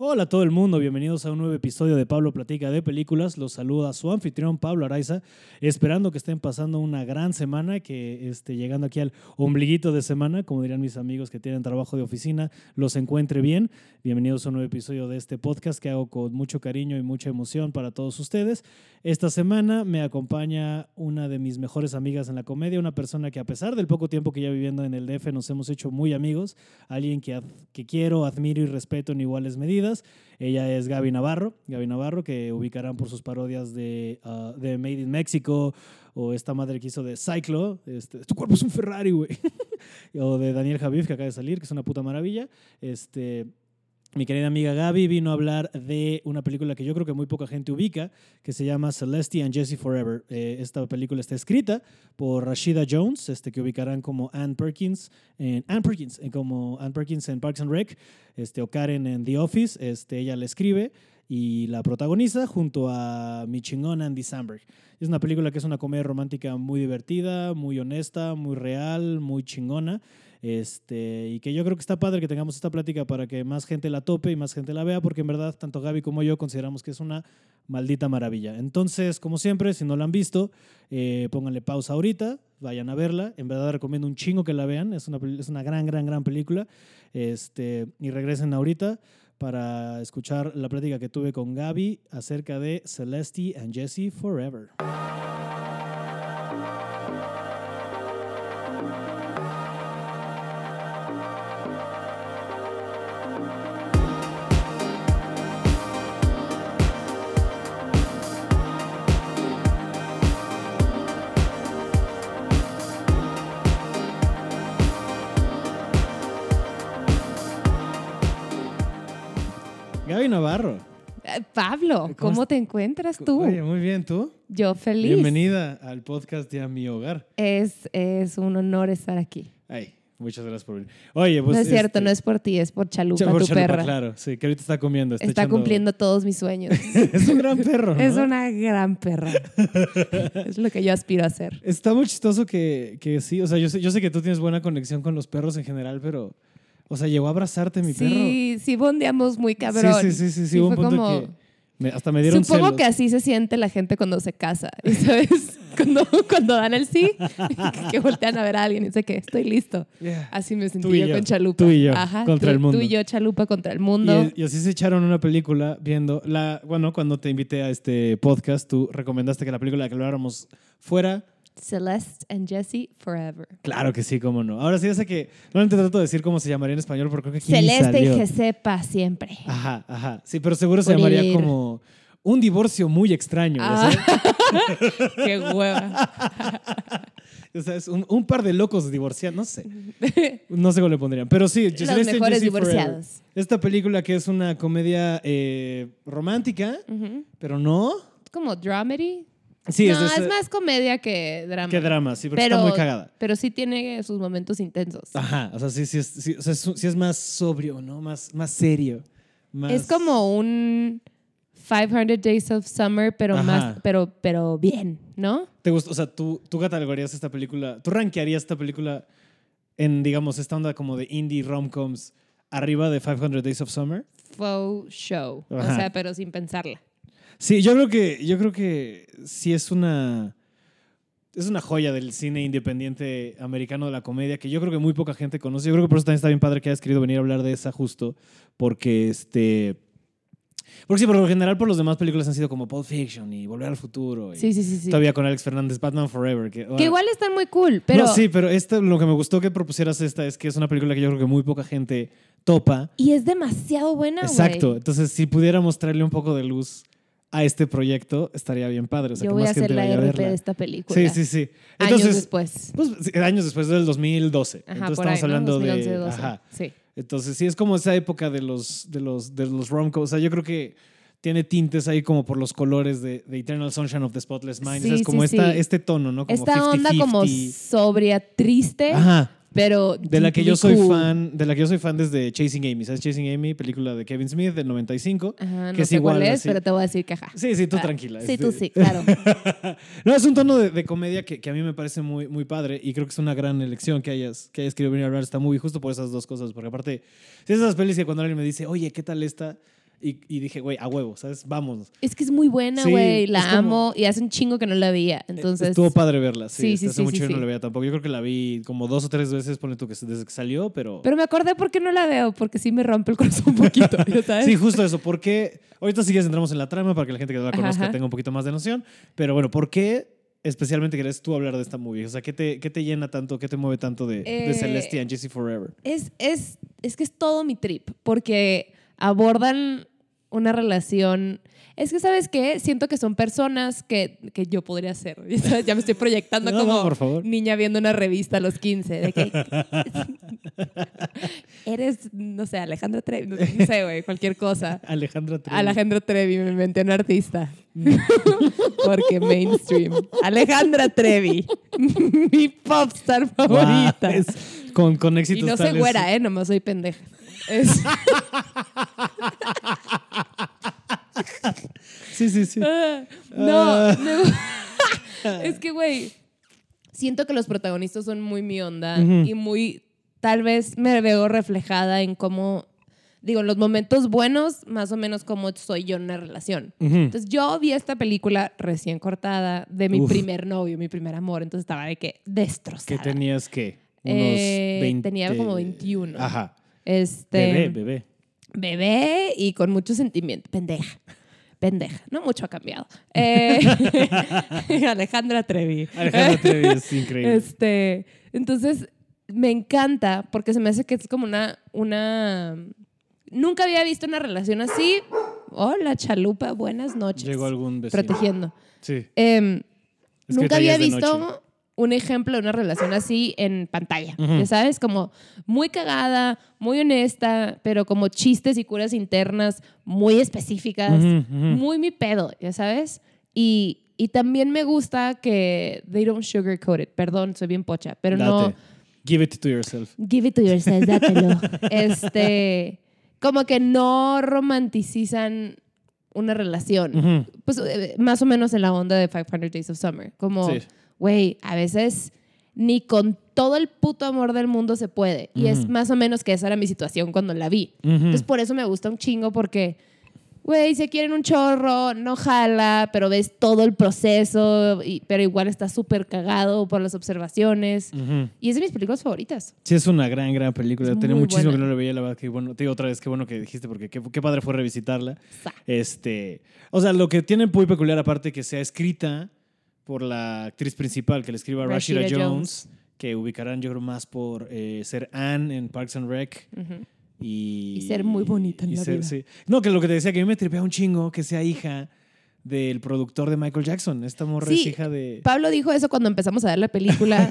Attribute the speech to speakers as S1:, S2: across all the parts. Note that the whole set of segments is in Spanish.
S1: Hola a todo el mundo, bienvenidos a un nuevo episodio de Pablo Platica de Películas. Los saluda su anfitrión Pablo Araiza, esperando que estén pasando una gran semana, que este, llegando aquí al ombliguito de semana, como dirían mis amigos que tienen trabajo de oficina, los encuentre bien. Bienvenidos a un nuevo episodio de este podcast que hago con mucho cariño y mucha emoción para todos ustedes. Esta semana me acompaña una de mis mejores amigas en la comedia, una persona que a pesar del poco tiempo que ya viviendo en el DF nos hemos hecho muy amigos, alguien que, ad- que quiero, admiro y respeto en iguales medidas. Ella es Gaby Navarro, Gaby Navarro, que ubicarán por sus parodias de, ah, de Made in Mexico o esta madre que hizo de Cyclo, este, tu cuerpo es un Ferrari, güey. o de Daniel Javif, que acaba de salir, que es una puta maravilla. Este, mi querida amiga Gaby vino a hablar de una película que yo creo que muy poca gente ubica, que se llama Celeste and Jesse Forever. Eh, esta película está escrita por Rashida Jones, este, que ubicarán como Ann Perkins en Ann Perkins, en como Ann Perkins en Parks and Rec, este, o Karen en The Office. Este, ella la escribe y la protagoniza junto a mi chingón Andy Samberg. Es una película que es una comedia romántica muy divertida, muy honesta, muy real, muy chingona. Este, y que yo creo que está padre que tengamos esta plática para que más gente la tope y más gente la vea, porque en verdad tanto Gaby como yo consideramos que es una maldita maravilla. Entonces, como siempre, si no la han visto, eh, pónganle pausa ahorita, vayan a verla. En verdad recomiendo un chingo que la vean, es una, pel- es una gran, gran, gran película. Este, y regresen ahorita para escuchar la plática que tuve con Gaby acerca de Celeste and Jesse Forever. Gaby Navarro.
S2: Eh, Pablo, ¿cómo,
S1: ¿Cómo est-
S2: te encuentras tú?
S1: Oye, muy bien, ¿tú?
S2: Yo feliz.
S1: Bienvenida al podcast de A Mi Hogar.
S2: Es, es un honor estar aquí.
S1: Ay, muchas gracias por venir. Oye, pues...
S2: no es cierto,
S1: este,
S2: no es por ti, es por Chalupa,
S1: Chalupa,
S2: tu
S1: Chalupa,
S2: perra.
S1: Claro, sí, que ahorita está comiendo. Está,
S2: Está
S1: echando-
S2: cumpliendo todos mis sueños.
S1: es un gran perro. ¿no?
S2: Es una gran perra. es lo que yo aspiro a hacer.
S1: Está muy chistoso que, que sí, o sea, yo sé, yo sé que tú tienes buena conexión con los perros en general, pero, o sea, llegó a abrazarte mi perro.
S2: Sí, sí bondeamos muy cabrón.
S1: Sí, sí, sí, sí, sí,
S2: Sí,
S1: hubo un
S2: fue
S1: punto
S2: como-
S1: que me- hasta me dieron
S2: Supongo
S1: celos.
S2: que así se siente la gente cuando se casa, ¿y ¿sabes? cuando, cuando dan el sí, que voltean a ver a alguien y dice que estoy listo.
S1: Yeah.
S2: Así me sentí
S1: Tú y
S2: yo,
S1: yo,
S2: con Chalupa.
S1: tú y yo, contra
S2: tú-
S1: el mundo.
S2: Tú y yo, Chalupa, contra el mundo.
S1: Y, y así se echaron una película viendo la, bueno, cuando te invité a este podcast, tú recomendaste que la película de la que habláramos fuera.
S2: Celeste and Jesse Forever.
S1: Claro que sí, cómo no. Ahora sí, ya sé que no te trato de decir cómo se llamaría en español, porque creo que aquí ni
S2: Celeste
S1: salió. Ah,
S2: y que sepa siempre.
S1: Ajá, ajá. Sí, pero seguro se
S2: Morir.
S1: llamaría como un divorcio muy extraño. ya
S2: Ah.
S1: sabes.
S2: Qué hueva.
S1: O sea, es un, un par de locos divorciados, no sé. No sé cómo le pondrían. Pero sí,
S2: Los
S1: Celeste and
S2: mejores
S1: Jesse Forever.
S2: divorciados.
S1: Esta película que es una comedia eh, romántica,
S2: Ujú.
S1: pero no.
S2: Como dramedy.
S1: Sí,
S2: no,
S1: de
S2: es,
S1: ese-
S2: más comedia que drama.
S1: Qué drama, sí, porque
S2: pero,
S1: está muy cagada.
S2: pero sí tiene sus momentos intensos.
S1: Ajá, o sea, sí, sí, es- sí, o sea, es, un- sí es más sobrio, ¿no? Más, más serio. más-
S2: Es como un 500 Days of Summer, pero
S1: Ajá.
S2: más, pero, pero bien, ¿no?
S1: ¿Te gusta? O sea, tú, tú catalogarías esta película, tú rankearías esta película en, digamos, esta onda como de indie rom-coms arriba de 500 Days of Summer.
S2: Faux show.
S1: Ajá.
S2: O sea, pero sin pensarla.
S1: Sí, yo creo que, yo creo que sí es una. Es una joya del cine independiente americano de la comedia que yo creo que muy poca gente conoce. Yo creo que por eso también está bien padre que hayas querido venir a hablar de esa justo, porque este. Porque sí, por lo general, por las demás películas han sido como Pulp Fiction y Volver al Futuro. Y
S2: Sí, sí, sí, sí.
S1: Todavía con Alex Fernández, Batman Forever. Que, ah,
S2: Que igual están muy cool, pero.
S1: No, sí, pero esta, lo que me gustó que propusieras esta es que es una película que yo creo que muy poca gente topa.
S2: Y es demasiado buena, güey.
S1: Exacto. Entonces, si pudiera mostrarle un poco de luz a este proyecto, estaría bien padre. O sea,
S2: Yo
S1: que
S2: voy
S1: más
S2: a hacer
S1: gente
S2: la
S1: vaya a
S2: RP
S1: verla.
S2: de esta película.
S1: Sí, sí, sí.
S2: este Años
S1: Entonces,
S2: después.
S1: pues, sí, años después del 2012.
S2: Ajá,
S1: Entonces,
S2: por
S1: estamos
S2: ahí, ¿no?
S1: hablando
S2: 2011,
S1: de.
S2: 12.
S1: Ajá.
S2: Sí.
S1: Entonces, sí, es como esa época de los, de los, de los rom-coms. O sea, yo creo que tiene tintes ahí como por los colores de, de Eternal Sunshine of the Spotless Mind.
S2: Sí,
S1: o sea, es como
S2: sí,
S1: esta,
S2: sí.
S1: este tono, ¿no? Como
S2: Esta onda
S1: 50-50.
S2: como sobria, triste,
S1: Ajá.
S2: pero.
S1: De la que yo soy
S2: deeply cool.
S1: fan, de la que yo soy fan desde Chasing Amy, ¿sabes? Chasing Amy, película de Kevin Smith del 95,
S2: Ajá, no
S1: que es
S2: sé
S1: igual
S2: cuál es,
S1: así.
S2: pero te voy a decir que ajá.
S1: Sí, sí, tú
S2: Ah,
S1: tranquila.
S2: Sí,
S1: este.
S2: tú sí, claro.
S1: No, es un tono de, de comedia que, que a mí me parece muy, muy padre y creo que es una gran elección que hayas, que hayas querido venir a hablar de esta movie justo por esas dos cosas, porque aparte, si esas pelis que cuando alguien me dice, oye, ¿qué tal esta? Y, y dije, güey, a huevo, ¿sabes? Vámonos.
S2: Es que es muy buena,
S1: Sí,
S2: güey. la
S1: es como- Eh,
S2: amo y hace un chingo que no la veía. Entonces,
S1: Estuvo padre verla, sí.
S2: Sí,
S1: este,
S2: sí,
S1: hace
S2: sí,
S1: mucho
S2: sí,
S1: yo no
S2: sí.
S1: la veía tampoco. Yo creo que la vi como dos o tres veces, pone tú que desde que salió, pero.
S2: pero me acordé por qué no la veo, porque sí me rompe el corazón un poquito, ya ¿sabes?
S1: Sí, justo eso. ¿Por qué? Ahorita sí que entramos en la trama para que la gente que no la
S2: Ajá,
S1: conozca
S2: ajá.
S1: tenga un poquito más de noción. Pero bueno, ¿por qué especialmente querés tú hablar de esta movie? O sea, ¿qué te, qué te llena tanto, qué te mueve tanto de, de
S2: Eh,
S1: Celestia and Jesse Forever?
S2: Es, es, es que es todo mi trip, porque abordan una relación. Es que, ¿sabes qué? Siento que son personas que, que yo podría ser. ¿sabes? Ya me estoy proyectando
S1: No,
S2: como
S1: no, por favor.
S2: niña viendo una revista a los 15. De que, eres, no sé, Alejandra Trevi, no no sé, güey, cualquier cosa.
S1: Alejandra Trevi. Mm.
S2: Alejandra Trevi, me inventé un artista. Porque mainstream. Alejandra Trevi, mi popstar
S1: Guau,
S2: favorita.
S1: es- con, con
S2: Y
S1: éxitos
S2: no soy
S1: tales.
S2: güera, ¿eh? Nomás soy pendeja. Es-
S1: Sí, sí, sí.
S2: ¿eh? Ah,
S1: Ah.
S2: no, no. es que, güey, siento que los protagonistas son muy mi onda
S1: Ujú.
S2: y muy, tal vez me veo reflejada en cómo, digo, en los momentos buenos, más o menos cómo soy yo en una relación.
S1: Ujú.
S2: Entonces yo vi esta película recién cortada de mi
S1: Uf.
S2: primer novio, mi primer amor, entonces estaba de que
S1: ¿Qué
S2: destrozada.
S1: tenías que? Unos
S2: Eh,
S1: 20.
S2: tenía como 21.
S1: Ajá.
S2: Este,
S1: Bebé, bebé.
S2: bebé y con mucho sentimiento. Pendeja. Pendeja. No mucho ha cambiado. Eh, Alejandra Trevi.
S1: Alejandra Trevi es increíble.
S2: Este, entonces, me encanta porque se me hace que es como una, una... Nunca había visto una relación así. Hola, chalupa. Buenas noches.
S1: Llegó algún vecino.
S2: Protegiendo.
S1: Sí.
S2: Em,
S1: Es que ahorita
S2: nunca
S1: ya
S2: había
S1: es de
S2: visto
S1: noche.
S2: un ejemplo de una relación así en pantalla.
S1: Ujú.
S2: Ya sabes, como muy cagada, muy honesta, pero como chistes y curas internas muy específicas.
S1: Ujú, ujú.
S2: Muy mi pedo, ya sabes. Y, y también me gusta que they don't sugarcoat it. Perdón, soy bien pocha, pero no.
S1: Date. Give it to yourself.
S2: Give it to yourself, dátelo. este, como que no romanticizan una relación
S1: Ujú.
S2: pues eh, más o menos en la onda de 500 Days of Summer. Como,
S1: Sí.
S2: güey, a veces ni con todo el puto amor del mundo se puede. Y es
S1: Ujú.
S2: más o menos que esa era mi situación cuando la vi.
S1: Ujú.
S2: Entonces, por eso me gusta un chingo, porque, güey, se quieren un chorro, no jala, pero ves todo el proceso, y- pero igual está súper cagado por las observaciones.
S1: Ujú.
S2: Y es de mis películas favoritas.
S1: Sí, es una gran, gran película.
S2: Es
S1: Tenía
S2: muy
S1: muchísimo que
S2: buena.
S1: no la veía, la verdad. Que bueno, te digo otra vez, qué bueno que dijiste, porque qué, qué padre fue revisitarla.
S2: Sa.
S1: Este, o sea, lo que tiene muy peculiar, aparte que sea escrita por la actriz principal que le escriba Rashida,
S2: Rashida
S1: Jones, que ubicarán, yo creo, más por eh, ser Anne en Parks and Rec.
S2: Ujú.
S1: Y,
S2: Y ser muy bonita en
S1: y
S2: la vida.
S1: sí. No, que lo que te decía, que a mí me tripea un chingo que sea hija del productor de Michael Jackson. Esta morra es
S2: Sí,
S1: hija de.
S2: Pablo dijo eso cuando empezamos a ver la película.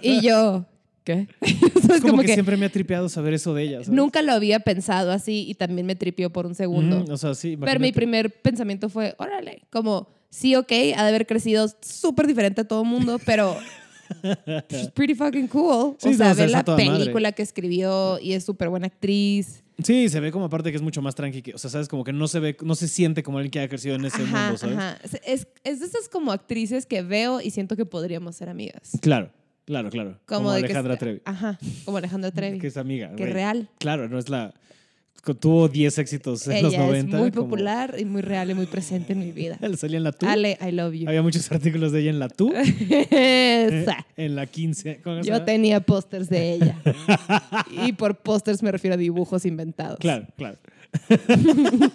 S2: y yo, ¿qué?
S1: Es como, que, siempre me ha tripeado saber eso de ella. ¿sabes?
S2: Nunca lo había pensado así y también me tripió por un segundo.
S1: Ujú, o sea, sí.
S2: Pero mi
S1: imagínate.
S2: primer pensamiento fue, órale, como, sí, ok, ha de haber crecido súper diferente a todo el mundo, pero it's pretty fucking cool.
S1: Sí,
S2: o
S1: no,
S2: sea,
S1: o sea,
S2: ve
S1: está
S2: la
S1: toda madre.
S2: película que escribió y es súper buena actriz.
S1: Sí, se ve como aparte que es mucho más tranqui. que- o sea, sabes, como que no se ve, no se siente como alguien que haya crecido en ese mundo, ¿sabes?
S2: ajá. Es- Es, es de esas como actrices que veo y siento que podríamos ser amigas.
S1: Claro, claro, claro. Como,
S2: de que-
S1: Alejandra Trevi.
S2: Ajá, como Alejandra Trevi.
S1: Que
S2: Que,
S1: es amiga.
S2: es
S1: güey.
S2: real.
S1: Claro, no es la. co- Tuvo 10 éxitos en
S2: Ella
S1: los 90.
S2: es muy
S1: como-
S2: popular y muy real y muy presente en mi vida.
S1: Él salía en la TU.
S2: Ale, I love you.
S1: Había muchos artículos de ella en la TU. eh,
S2: Esa.
S1: en la 15. ¿cómo se
S2: Yo
S1: llama?
S2: tenía pósters de ella. y por pósters me refiero a dibujos inventados.
S1: Claro, claro.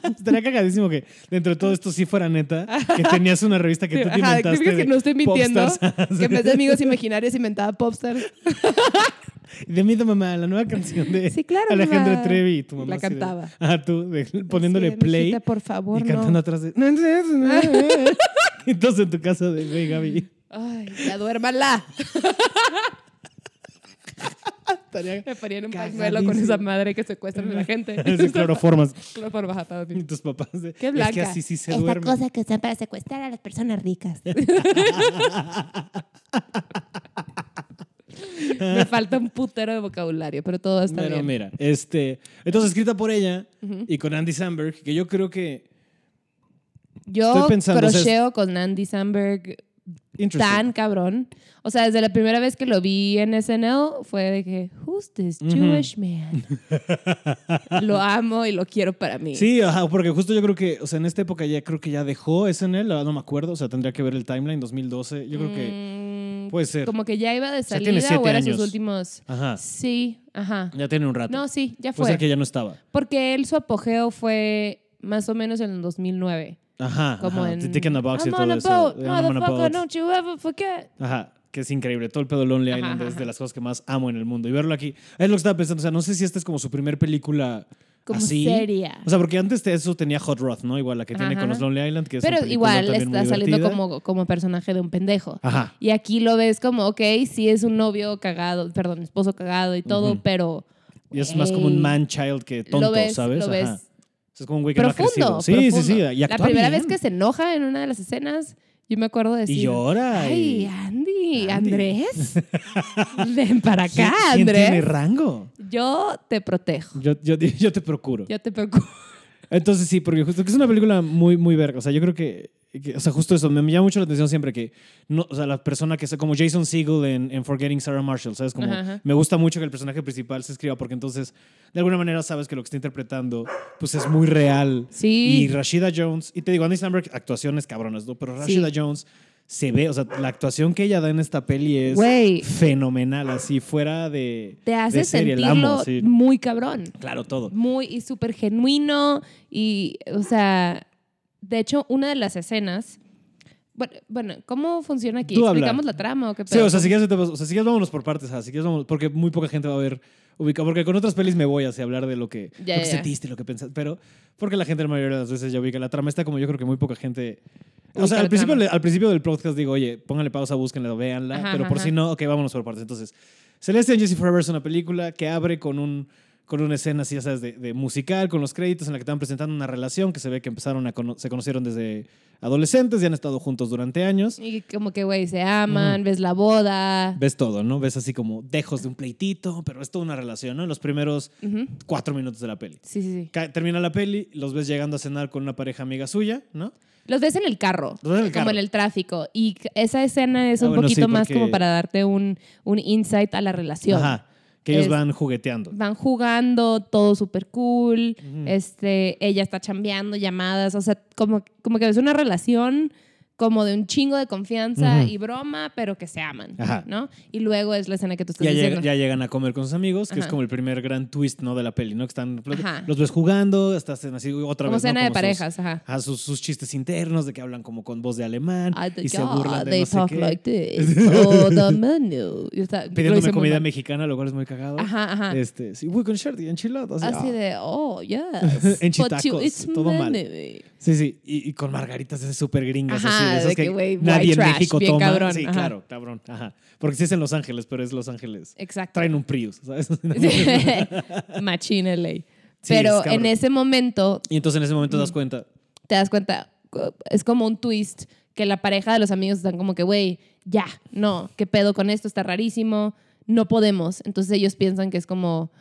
S1: Estaría cagadísimo que dentro de todo esto sí fuera neta, que tenías una revista que
S2: Sí,
S1: tú te
S2: Ajá,
S1: inventaste.
S2: ¿crees que
S1: de
S2: no estoy mintiendo?
S1: Popstars.
S2: Que en vez de amigos imaginarios inventaba popstars.
S1: De mí, de mamá, la nueva canción de
S2: Sí, claro,
S1: Alejandra
S2: mamá.
S1: Trevi y tu mamá.
S2: La
S1: así de-
S2: cantaba.
S1: ah, tú, de- poniéndole
S2: Sí,
S1: play
S2: mijita, por favor,
S1: y cantando
S2: no.
S1: atrás de. Entonces en tu casa de güey, Gaby.
S2: Ay, ya duérmala.
S1: Estaría
S2: Me ponían un
S1: Cagadísimo.
S2: pañuelo con esa madre que secuestran a la gente.
S1: de cloroformas.
S2: Claro, por bajar para
S1: Y
S2: mí.
S1: tus papás. de,
S2: Qué
S1: Es que
S2: blanca.
S1: así sí se
S3: Esta
S1: duerme.
S3: cosa que usan para secuestrar a las personas ricas.
S2: Me falta un putero de vocabulario, pero todo está
S1: Pero
S2: bien.
S1: mira, este. Entonces escrita por ella y con Andy Samberg, que yo creo que.
S2: Yo
S1: Estoy pensando, o sea, es-
S2: crocheo con Andy Samberg
S1: Interesting.
S2: tan cabrón. O sea, desde la primera vez que lo vi en SNL fue de que, who's this
S1: Ujú.
S2: Jewish man? lo amo y lo quiero para mí.
S1: Sí, ajá, porque justo yo creo que, o sea, en esta época ya creo que ya dejó SNL, la verdad no me acuerdo, o sea, tendría que ver el timeline 2012, yo creo que
S2: Mm,
S1: puede ser.
S2: Como que ya iba de
S1: sea,
S2: salida
S1: tiene
S2: o
S1: siete
S2: era
S1: años.
S2: sus últimos.
S1: Ajá,
S2: Sí, ajá.
S1: ya tiene un rato.
S2: No, sí,
S1: puede
S2: ya fue.
S1: ser que ya no estaba.
S2: Porque él su apogeo fue más o menos en el 2009.
S1: Ajá,
S2: Como
S1: ajá.
S2: en.
S1: The Tick and the Box y
S2: "I'm on
S1: todo
S2: a
S1: eso.
S2: boat,
S1: Yeah, I'm on a
S2: motherfucker,
S1: boat.
S2: don't you ever forget.
S1: Ajá, que es increíble. Todo el pedo Lonely Island
S2: Ajá,
S1: es de
S2: ajá.
S1: las cosas que más amo en el mundo. Y verlo aquí, es lo que estaba pensando, o sea, no sé si esta es como su primer película
S2: Como
S1: así.
S2: seria.
S1: ¿Ah, O sea, porque antes de eso tenía Hot Rod, ¿no? Igual la que tiene
S2: Ajá.
S1: con los Lonely Island, que es una
S2: Pero
S1: película
S2: igual
S1: también muy
S2: está saliendo
S1: divertida.
S2: como, como personaje de un pendejo.
S1: Ajá.
S2: Y aquí lo ves como, ok, sí es un novio cagado, perdón, esposo cagado y todo,
S1: Ujú.
S2: pero
S1: Y es más como un
S2: Ey.
S1: man child que tonto,
S2: lo ves,
S1: ¿sabes?
S2: lo
S1: Ajá.
S2: ves
S1: O sea, Es como un güey que no ha
S2: profundo.
S1: crecido. Sí,
S2: profundo.
S1: sí, sí. Y
S2: La
S1: actúa
S2: primera vez
S1: bien.
S2: que se enoja en una de las escenas, yo me acuerdo de decir,
S1: Y llora.
S2: ay,
S1: y- Andy.
S2: Andy, Andrés, ven para acá,
S1: ¿Quién- quién tiene
S2: Andrés.
S1: rango?
S2: Yo te protejo,
S1: Yo, yo- yo te procuro.
S2: yo te preocupo.
S1: Entonces sí, porque justo que es una película muy, muy verga. O sea, yo creo que, que- o sea, justo eso, me, me llama mucho la atención siempre que, no, o sea, la persona que es como Jason Segel en, en Forgetting Sarah Marshall, ¿sabes? Como
S2: Ajá, ajá.
S1: me gusta mucho que el personaje principal se escriba porque entonces, de alguna manera, sabes que lo que está interpretando, pues es muy real.
S2: Sí.
S1: Y Rashida Jones, y te digo, Andy Samberg, actuaciones cabronas, ¿no? Pero Rashida Jones se ve, o sea, la actuación que ella da en esta peli es
S2: Güey.
S1: fenomenal, así fuera de...
S2: Te
S1: de
S2: hace
S1: serie, la
S2: sentirlo
S1: amo, sí.
S2: muy cabrón.
S1: Claro, todo.
S2: muy y súper genuino y, o sea, de hecho, una de las escenas, bueno, bueno ¿cómo funciona aquí?
S1: Tú habla.
S2: ¿Explicamos la trama o qué
S1: Sí,
S2: pedo?
S1: o sea, si quieres, te vas- o sea, si quieres, vámonos por partes, ajá, si quieres, vámonos- porque muy poca gente va a ver ubicado, porque con otras pelis me voy así, a hablar de lo que,
S2: Ya,
S1: lo que
S2: ya.
S1: sentiste, lo que pensaste, pero porque la gente la mayoría de las veces ya ubica la trama, está como yo creo que muy poca gente... O
S2: Ubica
S1: sea, al
S2: la
S1: principio,
S2: trama.
S1: le- al principio del podcast digo, oye, pónganle pausa, búsquenla, véanla,
S2: Ajá,
S1: pero
S2: ajá,
S1: por si
S2: ajá.
S1: no, ok, vámonos por partes. Entonces, Celeste and Jesse Forever es una película que abre con un con una escena así, ya sabes, de, de musical, con los créditos en la que estaban presentando una relación que se ve que empezaron a cono- se conocieron desde adolescentes y han estado juntos durante años.
S2: Y como que, güey, se aman, ves la boda.
S1: Ves todo, ¿no? Ves así como dejos de un pleitito, pero es toda una relación, ¿no? En los primeros
S2: Ujú.
S1: cuatro minutos de la peli.
S2: Sí, sí, sí.
S1: Ca- Termina la peli, los ves llegando a cenar con una pareja amiga suya, ¿no?
S2: Los ves en el carro,
S1: Los ves en el
S2: como
S1: carro.
S2: en el tráfico. Y c- esa escena es
S1: Ah,
S2: un
S1: bueno, sí,
S2: poquito más
S1: porque-
S2: como para darte un, un insight a la relación.
S1: Ajá. Que ellos
S2: Es-
S1: van jugueteando.
S2: Van jugando, todo súper cool. este, ella está chambeando, llamadas. O sea, como, como que es una relación como de un chingo de confianza
S1: Ujú.
S2: y broma, pero que se aman.
S1: Ajá.
S2: ¿No? Y luego es la escena que tú estás
S1: Ya, lleg-
S2: diciendo.
S1: ya llegan a comer con sus amigos, que es
S2: Ajá.
S1: como el primer gran twist, ¿no? De la peli, ¿no? Que están.
S2: Ajá.
S1: Los ves jugando, hasta hacen así otra
S2: como
S1: vez. ¿no?
S2: escena de
S1: sus-
S2: parejas, ajá.
S1: a sus, sus chistes internos de que hablan como con voz de alemán
S2: Ay, de-
S1: y se
S2: ya,
S1: burlan de
S2: they
S1: no sé
S2: talk
S1: qué.
S2: like this. Oh, the menu. Y está- lo
S1: Pidiéndome
S2: hice muy
S1: comida
S2: mal.
S1: mexicana, lo cual es muy cagado.
S2: Ajá, ajá.
S1: Este, sí, voy con shorty, enchiladas.
S2: Así de, oh, yes.
S1: Ah. En
S2: But you-
S1: chitacos,
S2: it's
S1: todo mal.
S2: menu.
S1: Sí, sí, y, y con margaritas es súper gringas.
S2: Ajá,
S1: así, de esas
S2: de que,
S1: que
S2: güey,
S1: nadie
S2: white
S1: en
S2: trash,
S1: México
S2: bien
S1: toma.
S2: cabrón,
S1: sí,
S2: ajá.
S1: claro, cabrón. Ajá. Porque sí es en Los Ángeles, pero es Los Ángeles.
S2: Exacto.
S1: Traen un Prius, ¿sabes?
S2: Machine ley.
S1: Sí, es
S2: Pero
S1: cabrón.
S2: en ese momento
S1: Y entonces en ese momento te
S2: Mm.
S1: das cuenta.
S2: te das cuenta, co- es como un twist que la pareja de los amigos están como que, güey, ya, no, qué pedo con esto, está rarísimo, no podemos. Entonces ellos piensan que es como,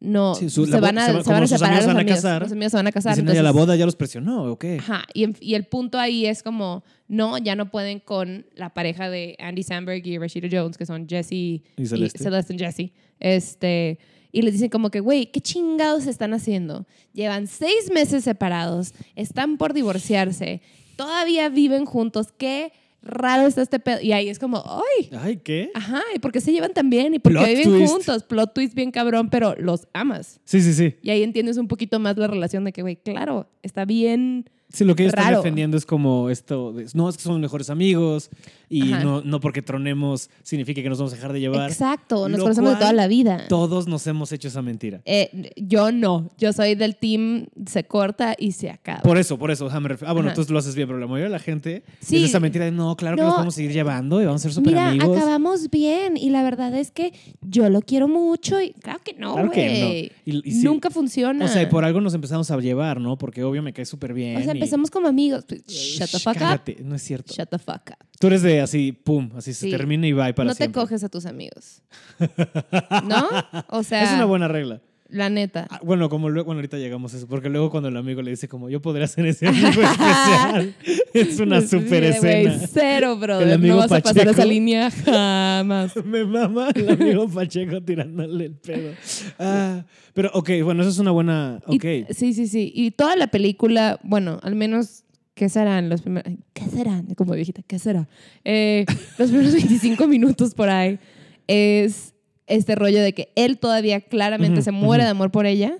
S2: no,
S1: Sí, su- la
S2: se,
S1: bo-
S2: van a,
S1: se va-
S2: se van
S1: como
S2: a
S1: sus
S2: separar
S1: amigos
S2: los
S1: van a
S2: amigos,
S1: casar,
S2: los amigos se van a casar.
S1: Dicen, "Ay, a la
S2: entonces-
S1: boda ya los presionó, ¿o qué?
S2: Ajá, y, en- y el punto ahí es como, no, ya no pueden con la pareja de Andy Samberg y Rashida Jones, que son Jesse y,
S1: Celeste.
S2: Celeste y Jesse. Este, y les dicen como que, güey, ¿qué chingados están haciendo? Llevan seis meses separados, están por divorciarse, todavía viven juntos, qué raro está este pedo. Y ahí es como, ¡ay!
S1: Ay, ¿qué?
S2: Ajá, ¿y por qué se llevan tan bien? ¿Y por
S1: Plot
S2: qué viven
S1: twist.
S2: juntos? Plot twist bien cabrón, pero los amas.
S1: Sí, sí, sí.
S2: Y ahí entiendes un poquito más la relación de que, güey, claro, está bien
S1: Sí, lo que ellos están
S2: Raro.
S1: defendiendo es como esto, de, no, es que somos mejores amigos y
S2: Ajá.
S1: no, no porque tronemos significa que nos vamos a dejar de llevar.
S2: Exacto, nos
S1: Lo
S2: conocemos de
S1: cual,
S2: toda la vida.
S1: Todos nos hemos hecho esa mentira.
S2: Eh, yo no, yo soy del team se corta y se acaba.
S1: Por eso, por eso, ajá, me refiero. Ah, bueno,
S2: Ajá.
S1: tú lo haces bien, pero la mayoría de la gente
S2: Sí.
S1: es esa mentira de no, claro que
S2: No.
S1: nos vamos a seguir llevando y vamos a ser súper
S2: Mira,
S1: amigos.
S2: acabamos bien y la verdad es que yo lo quiero mucho y claro que no,
S1: Claro
S2: güey.
S1: que no. Y- y sí.
S2: Nunca funciona.
S1: O sea, y por algo nos empezamos a llevar, ¿no? Porque obvio me cae súper bien.
S2: O sea,
S1: y-
S2: empezamos como amigos. pues,
S1: Shh,
S2: Shut the fuck up.
S1: cállate, No es cierto.
S2: Shut the fuck up.
S1: Tú eres de así, pum, así se
S2: Sí.
S1: termina y bye para
S2: no
S1: siempre.
S2: te coges a tus amigos. ¿No? O sea,
S1: es una buena regla.
S2: La neta.
S1: Ah, bueno, como luego, bueno, ahorita llegamos a eso, porque luego cuando el amigo le dice como yo podría hacer ese amigo especial, es una
S2: Sí,
S1: super
S2: güey,
S1: escena.
S2: Cero, brother.
S1: amigo
S2: no vas a pasar
S1: Pacheco.
S2: esa línea jamás.
S1: Me mama el amigo Pacheco tirándole el pedo. Ah, pero ok, bueno, eso es una buena.
S2: Y-
S1: Ok.
S2: sí, sí, sí. Y toda la película, bueno, al menos, ¿qué serán los primeros? ay, ¿Qué serán? Como viejita, ¿qué será? Eh, los primeros 25 minutos por ahí es este rollo de que él todavía claramente
S1: Ujú,
S2: se muere
S1: ujú.
S2: de amor por ella,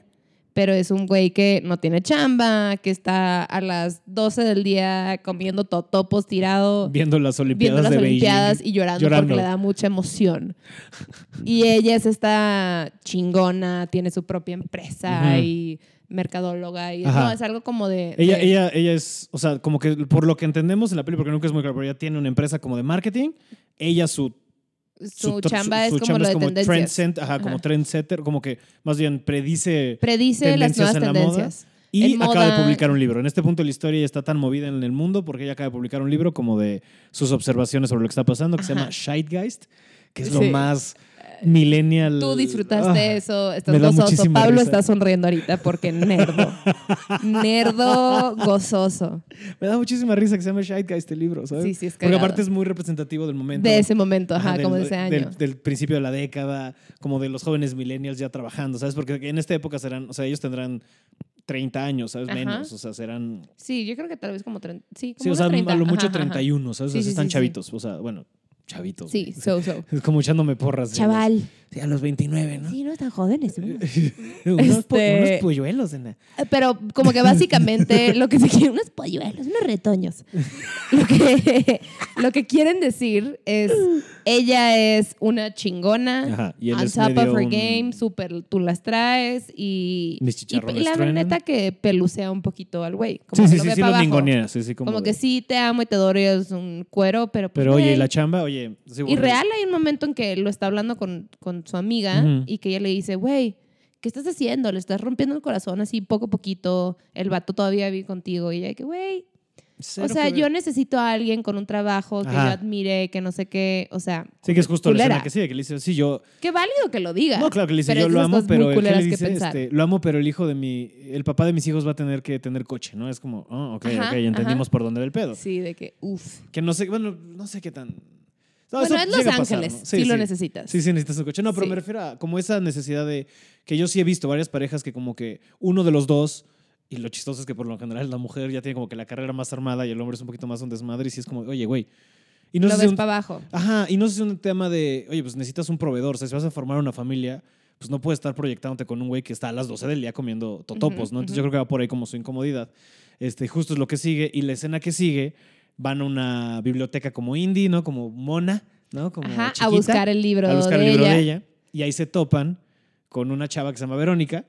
S2: pero es un güey que no tiene chamba, que está a las 12 del día comiendo totopos tirado
S1: Viendo las Olimpiadas
S2: viendo las
S1: de Beijing.
S2: Olimpiadas y llorando,
S1: llorando.
S2: porque le da mucha emoción. Y ella es esta chingona, tiene su propia empresa
S1: Ujú.
S2: y mercadóloga. Y
S1: Ajá.
S2: no, es algo como de.
S1: Ella,
S2: de-
S1: ella, ella es, o sea, como que por lo que entendemos en la peli, porque nunca es muy claro, pero ella tiene una empresa como de marketing. Ella su,
S2: su,
S1: top-
S2: chamba es
S1: su
S2: como lo de
S1: como
S2: tendencias.
S1: trendset- ajá, como
S2: Ajá.
S1: trendsetter, como que más bien predice
S2: Predice las
S1: tendencias
S2: nuevas
S1: en la moda.
S2: tendencias.
S1: y
S2: en
S1: acaba de
S2: moda.
S1: publicar un libro. En este punto de la historia ya está tan movida en el mundo porque ella acaba de publicar un libro como de sus observaciones sobre lo que está pasando que se
S2: Ajá.
S1: llama Scheitgeist, que es lo
S2: Sí. Eh,
S1: más millennial.
S2: Tú disfrutaste
S1: Ah.
S2: eso, estás
S1: me da
S2: gozoso.
S1: muchísima
S2: Pablo
S1: risa.
S2: está sonriendo ahorita porque nerdo. nerdo gozoso
S1: Me da muchísima risa que se llame Scheitgeist el libro, ¿sabes?
S2: Sí, sí, es
S1: Porque
S2: cagado.
S1: aparte es muy representativo del momento.
S2: de ese momento, ajá,
S1: Ajá, del-
S2: como de ese año.
S1: Del, del principio de la década, como de los jóvenes millennials ya trabajando, ¿sabes? Porque en esta época serán, o sea, ellos tendrán 30 años, ¿sabes?
S2: Ajá.
S1: Menos, o sea, serán...
S2: sí, yo creo que tal vez como 30. Sí, como
S1: Sí, o
S2: unos
S1: sea,
S2: 30.
S1: a lo mucho
S2: Ajá, ajá, ajá.
S1: 31, ¿sabes? O sea,
S2: Sí, sí,
S1: están
S2: sí, sí.
S1: chavitos, o sea, bueno, chavitos.
S2: Sí, so, so.
S1: Es como echándome porras. de
S3: Chaval.
S1: los- Sí, a los 29, ¿no?
S3: Sí, no están jóvenes. uno.
S1: unos, pu-
S2: Este-
S1: unos polluelos. nena.
S2: Eh, Pero como que básicamente lo que se quiere-
S3: Unos polluelos, unos retoños.
S2: lo que, lo que quieren decir es ella es una chingona
S1: Ajá, y él
S2: on
S1: es
S2: top
S1: medio
S2: of her
S1: un-
S2: game super tú las traes y
S1: Mis
S2: y, y
S1: chicharrones
S2: la
S1: truenan.
S2: neta que pelucea un poquito al güey como
S1: Sí,
S2: que
S1: sí,
S2: lo
S1: sí,
S2: ve
S1: sí,
S2: pa'
S1: los
S2: abajo.
S1: ningoneas. Sí, sí, como,
S2: como
S1: de-
S2: que sí te amo y te adoro y es un cuero pero pues,
S1: Pero oye,
S2: güey.
S1: ¿y la chamba? Oye... sí,
S2: y
S1: bueno,
S2: real hay un momento en que lo está hablando con, con su amiga
S1: Ujú.
S2: y que ella le dice, güey, ¿qué estás haciendo? Le estás rompiendo el corazón así poco a poquito. El vato todavía vive contigo. Y ella de que, güey,
S1: cero
S2: o sea,
S1: que ver.
S2: yo necesito a alguien con un trabajo que
S1: Ajá.
S2: yo admire, que no sé qué. O sea,
S1: Sí, que es justo la escena
S2: culera.
S1: que sigue, que le dice, sí, yo,
S2: qué válido que lo diga.
S1: No, claro que le dice,
S2: Pero
S1: yo
S2: esas
S1: lo
S2: son
S1: amo,
S2: cosas muy
S1: pero el que
S2: culeras
S1: le
S2: que
S1: dice,
S2: pensar.
S1: este, lo amo, pero el hijo de mi, el papá de mis hijos va a tener que tener coche, ¿no? Es como, oh, ok,
S2: Ajá,
S1: ok, ya entendimos por dónde va el pedo.
S2: Sí, de que, uff.
S1: Que no sé, bueno, no sé qué tan... No,
S2: bueno,
S1: eso
S2: es Los
S1: llega a pasar,
S2: Ángeles,
S1: ¿no?
S2: sí, lo necesitas.
S1: Sí, sí, necesitas un coche. No, pero
S2: Sí.
S1: me refiero a como esa necesidad de que yo sí he visto varias parejas que como que uno de los dos, y lo chistoso es que por lo general la mujer ya tiene como que la carrera más armada y el hombre es un poquito más un desmadre y sí es como, oye, güey. Y no
S2: lo
S1: sé si
S2: ves
S1: un-
S2: para abajo.
S1: Ajá, y no sé si es un tema de, oye, pues necesitas un proveedor, o sea, si vas a formar una familia, pues no puedes estar proyectándote con un güey que está a las 12 del día comiendo totopos,
S2: Ujú,
S1: ¿no? Entonces
S2: ujú.
S1: yo creo que va por ahí como su incomodidad. Este, justo es lo que sigue, y la escena que sigue, van a una biblioteca como indie, ¿no? Como mona, ¿no? Como
S2: Ajá,
S1: chiquita,
S2: a buscar el libro,
S1: a buscar
S2: de,
S1: el libro
S2: ella.
S1: de ella. Y ahí se topan con una chava que se llama Verónica.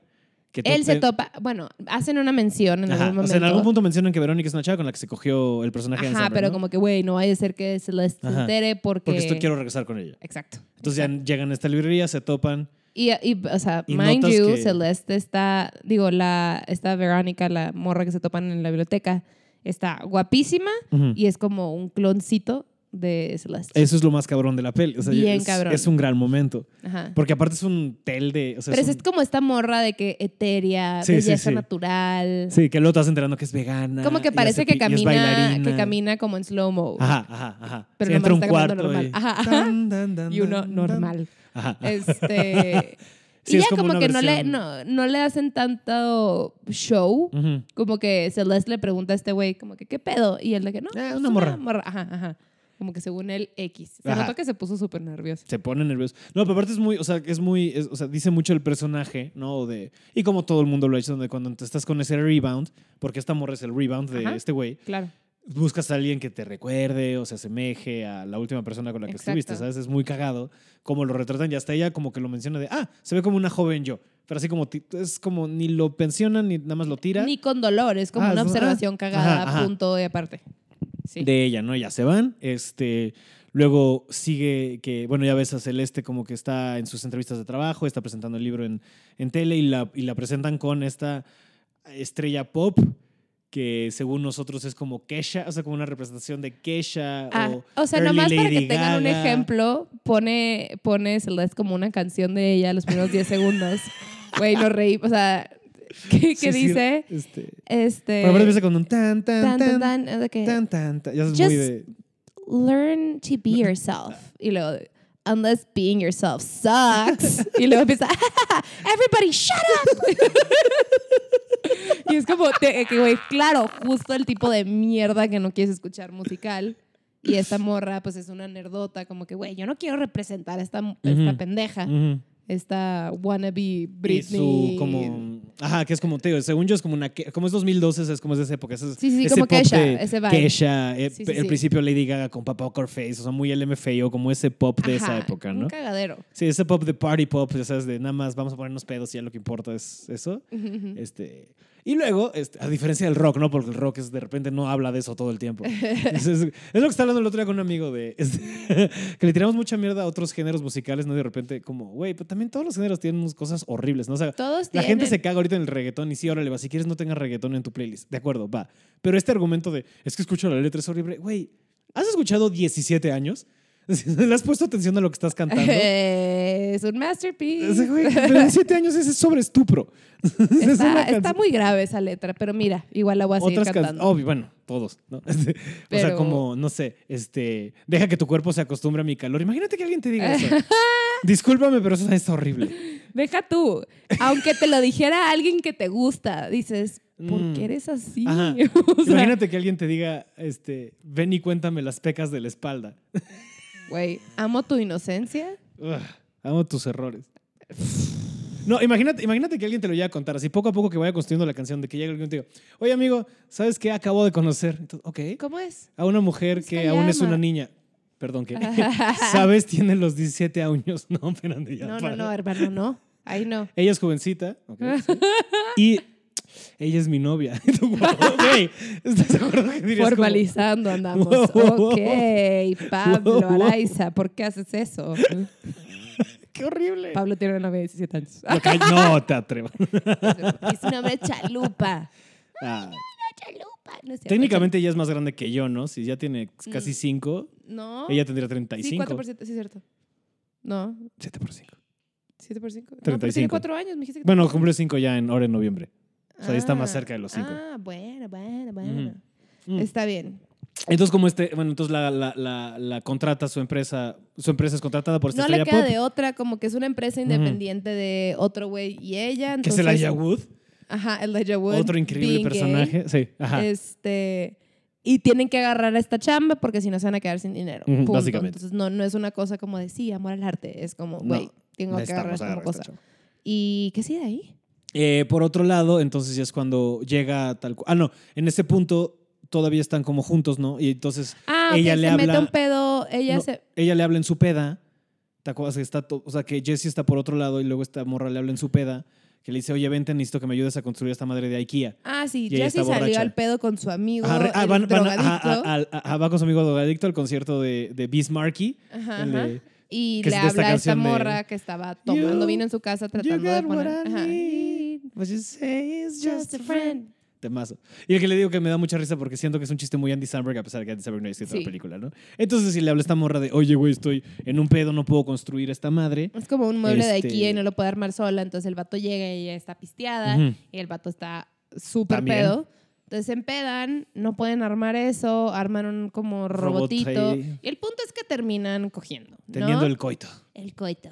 S1: Que
S2: Él se
S1: tope-
S2: topa, bueno, hacen una mención en
S1: Ajá,
S2: algún
S1: o
S2: momento.
S1: sea, en algún punto mencionan que Verónica es una chava con la que se cogió el personaje de
S2: Ajá,
S1: Anselmer,
S2: pero
S1: ¿no?
S2: como que, güey, no vaya a ser que Celeste se
S1: Ajá.
S2: entere porque...
S1: Porque esto quiero regresar con ella.
S2: Exacto.
S1: Entonces ya llegan a esta librería, se topan.
S2: Y, y, o sea,
S1: Y
S2: mind
S1: notas
S2: you,
S1: que-
S2: Celeste está, digo, la, esta Verónica, la morra que se topan en la biblioteca, está guapísima
S1: Ujú.
S2: y es como un cloncito de Celeste.
S1: Eso es lo más cabrón de la peli. O sea,
S2: Bien
S1: es,
S2: cabrón.
S1: es un gran momento.
S2: Ajá.
S1: Porque aparte es un tel de. O sea,
S2: Pero
S1: es
S2: es,
S1: un-
S2: como esta morra de que etérea,
S1: Sí, sí,
S2: belleza
S1: sí.
S2: natural.
S1: Sí, que luego estás enterando que es vegana.
S2: Como
S1: y
S2: que
S1: hace
S2: parece
S1: pi-
S2: que
S1: y es
S2: camina,
S1: bailarina.
S2: que camina como en slow-mo.
S1: Ajá, ajá, ajá.
S2: Pero
S1: Sí,
S2: nomás
S1: entra un
S2: está
S1: cuarto.
S2: caminando normal.
S1: Y,
S2: Ajá, ajá.
S1: Tan, dan, dan,
S2: Y uno
S1: dan, dan.
S2: normal.
S1: Ajá, ajá.
S2: Este.
S1: Sí,
S2: y
S1: es
S2: ya
S1: como
S2: como,
S1: una
S2: que no, le,
S1: versión- Mm.
S2: no, no le hacen tanto show.
S1: Ujú.
S2: Como que Celeste le pregunta a este güey, como que, ¿qué pedo? Y él de que no.
S1: Ah,
S2: pues
S1: una morra.
S2: Ajá, ajá. Como que según él, X. Se
S1: Ajá.
S2: notó que se puso súper nervioso.
S1: Se pone nervioso. No, pero aparte es muy, o sea, es muy, es- o sea, dice mucho el personaje, ¿no? De, y como todo el mundo lo ha hecho, donde cuando te estás con ese rebound, porque esta morra es el rebound de
S2: Ajá.
S1: este güey,
S2: Claro.
S1: buscas a alguien que te recuerde o se asemeje a la última persona con la que
S2: Exacto.
S1: estuviste, ¿sabes? Es muy cagado como lo retratan y hasta ella como que lo menciona de, ah, se ve como una joven yo, pero así como, ti- es como ni lo pensionan ni nada más lo tira
S2: Ni con dolor, es como
S1: Ah,
S2: una
S1: es-
S2: observación
S1: ah,
S2: cagada,
S1: ajá, ajá.
S2: punto y aparte. Sí.
S1: de ella, ¿no? Ya se van, este, luego sigue que, bueno, ya ves a Celeste como que está en sus entrevistas de trabajo, está presentando el libro en, en tele y la, y la presentan con esta estrella pop que según nosotros es como Kesha, o sea, como una representación de Kesha
S2: Ah,
S1: o
S2: o sea,
S1: Early
S2: nomás para que
S1: Lady
S2: tengan un
S1: Gaga.
S2: ejemplo, pone, pone Celeste como una canción de ella los primeros 10 segundos. Güey, nos reí. O sea, ¿qué, qué
S1: Sí, sí,
S2: dice?
S1: Este.
S2: Este.
S1: Pero empieza con un tan,
S2: tan,
S1: tan,
S2: tan,
S1: tan,
S2: tan, de que,
S1: tan, tan, tan. Ya es
S2: Just-
S1: muy de.
S2: learn to be yourself. Y luego, unless being yourself sucks. y luego empieza, everybody shut up. y es como, te- eh, que, güey, claro, justo el tipo de mierda que no quieres escuchar musical. Y esta morra, pues es una nerdota, como que, güey, yo no quiero representar a esta, a esta
S1: Ujú.
S2: pendeja,
S1: Ujú.
S2: esta wannabe
S1: Y
S2: Britney.
S1: su como. Ajá, que es como, te digo, según yo es como una. que- Como es 2012, es como es de esa época. Ese,
S2: Sí, sí,
S1: ese
S2: como
S1: pop
S2: Kesha,
S1: de
S2: ese vibe.
S1: Kesha, eh,
S2: Sí, sí,
S1: el
S2: sí.
S1: principio Lady Gaga con Papa Face, o sea, muy LMFAO, como ese pop de esa
S2: Ajá,
S1: época, ¿no?
S2: Un cagadero.
S1: Sí, ese pop de party pop, ya sabes, de nada más vamos a ponernos pedos y ya lo que importa es eso. Este, y luego, este, a diferencia del rock, ¿no? Porque el rock es, de repente no habla de eso todo el tiempo. es, es- es lo que estaba hablando el otro día con un amigo de este, que le tiramos mucha mierda a otros géneros musicales, ¿no? Y de repente, como, güey, pero también todos los géneros tienen unas cosas horribles, ¿no? O sea,
S2: Todos
S1: la
S2: tienen.
S1: gente se caga ahorita en el reggaetón y sí, órale, va. Si quieres, no tengas reggaetón en tu playlist. De acuerdo, va. Pero este argumento de es que escucho la letra es horrible, güey, ¿has escuchado 17 años? ¿Le has puesto atención a lo que estás cantando?
S2: es un masterpiece.
S1: Ese güey, pero en siete años ese es sobre estupro. Es una
S2: Está,
S1: canción-
S2: está muy grave esa letra, pero mira, igual la voy a seguir
S1: Otras can-
S2: cantando.
S1: obvio, bueno, todos, ¿no? Este, O sea,
S2: Pero-
S1: como, no sé, este, deja que tu cuerpo se acostumbre a mi calor. Imagínate que alguien te diga eso. Discúlpame, pero eso es horrible.
S2: Deja tú, aunque te lo dijera alguien que te gusta, dices, ¿por
S1: Mm.
S2: qué eres así?
S1: Ajá.
S2: O sea,
S1: Imagínate que alguien te diga, este, ven y cuéntame las pecas de la espalda.
S2: Güey, amo tu inocencia.
S1: Ugh, amo tus errores. No, imagínate, imagínate que alguien te lo llegue a contar, así poco a poco que vaya construyendo la canción, de que llegue alguien y te diga, oye amigo, ¿sabes qué? Acabo de conocer. Entonces, ok.
S2: ¿Cómo es?
S1: a una mujer
S2: Se
S1: que aún es
S2: llama.
S1: una niña. Perdón, que sabes, tiene los 17 años. No, espérate, ya
S2: No, no,
S1: para.
S2: no, hermano, no. Ahí no.
S1: Ella es jovencita. ok, sí. Y ella es mi novia. Y tú, wow, güey, ¿Estás de acuerdo que dirías como,
S2: Formalizando
S1: Wow,
S2: andamos.
S1: wow,
S2: ok, Pablo,
S1: Wow, wow.
S2: Araiza, ¿por qué haces eso?
S1: ¡Qué horrible!
S2: Pablo tiene una novia de 17 años.
S1: Lo que hay- no te atrevas.
S2: Y su nombre es Chalupa.
S1: Ah,
S2: Chalupa. No es cierto,
S1: técnicamente ella es más grande que yo, ¿no? Si ya tiene casi
S2: Mm.
S1: 5,
S2: Chalupa. No.
S1: ella tendría
S2: Sí,
S1: 35.
S2: 4%, sí, cierto. No,
S1: 7 por 5.
S2: 7 por 5. No, pero
S1: 35.
S2: tiene 4 años, me dijiste que
S1: Bueno, cumple 5 ya en, ahora en noviembre. o sea, ahí está más
S2: Ah,
S1: cerca de los cinco.
S2: Ah, bueno, bueno, bueno.
S1: Mm.
S2: Está bien.
S1: Entonces, como este, bueno, entonces la, la, la, la contrata su empresa, su empresa es contratada por esta
S2: No le
S1: estrella
S2: queda
S1: pop,
S2: de otra, como que es una empresa independiente de otro güey y ella.
S1: que es
S2: entonces-
S1: el Wood,
S2: Ajá, Elijah Wood.
S1: otro increíble
S2: being gay,
S1: personaje. Sí, ajá.
S2: Este. Y tienen que agarrar a esta chamba porque si no se van a quedar sin dinero.
S1: Ujú,
S2: punto.
S1: básicamente.
S2: Entonces no, no es una cosa como de sí, amor al arte. Es como,
S1: No,
S2: güey, tengo que agarrar
S1: Necesitamos
S2: esta como
S1: agarrar esta
S2: cosa.
S1: chava.
S2: ¿Y qué sigue ahí?
S1: Eh, por otro lado, entonces ya es cuando llega tal cual. Ah, no, en ese punto todavía están como juntos, ¿no? Y entonces
S2: Ah,
S1: Ella
S2: ok,
S1: le
S2: se mete
S1: habla-
S2: un pedo, ella
S1: no,
S2: se.
S1: ella le habla en su peda. ¿Te acuerdas que está to- O sea, que Jesse está por otro lado y luego esta morra le habla en su peda, que le dice, oye, vente, necesito que me ayudes a construir esta madre de IKEA.
S2: Ah, sí,
S1: Y ella
S2: Jesse
S1: está
S2: salió
S1: borracha.
S2: al pedo con su amigo,
S1: Ajá, re- ah,
S2: el
S1: van- van- ajá,
S2: drogadicto.
S1: a- al- ajá, va con su amigo drogadicto al concierto de, de Bismarcky.
S2: Ajá,
S1: ah, el
S2: ajá.
S1: de-
S2: Y
S1: que
S2: le
S1: es de esta
S2: habla a esta
S1: canción de-
S2: morra que estaba tomando
S1: You-
S2: vino en su casa
S1: You
S2: tratando de
S1: got what
S2: poner.
S1: I
S2: ajá.
S1: need. What you say is just a friend. Temazo. Y el que le digo que me da mucha risa porque siento que es un chiste muy Andy Samberg, a pesar de que Andy Samberg no ha escrito
S2: Sí.
S1: la película, ¿no? Entonces, si le habla esta morra de, oye, güey, estoy en un pedo, no puedo construir esta madre.
S2: Es como un mueble de
S1: Este-
S2: aquí y no lo puede armar sola, entonces el vato llega y ella está pisteada
S1: Ujú.
S2: y el vato está súper
S1: También.
S2: pedo. Entonces se empedan, no pueden armar eso, arman un como
S1: Robot,
S2: robotito.
S1: sí.
S2: Y el punto es que terminan cogiendo. ¿no?
S1: Teniendo el coito.
S2: El coito.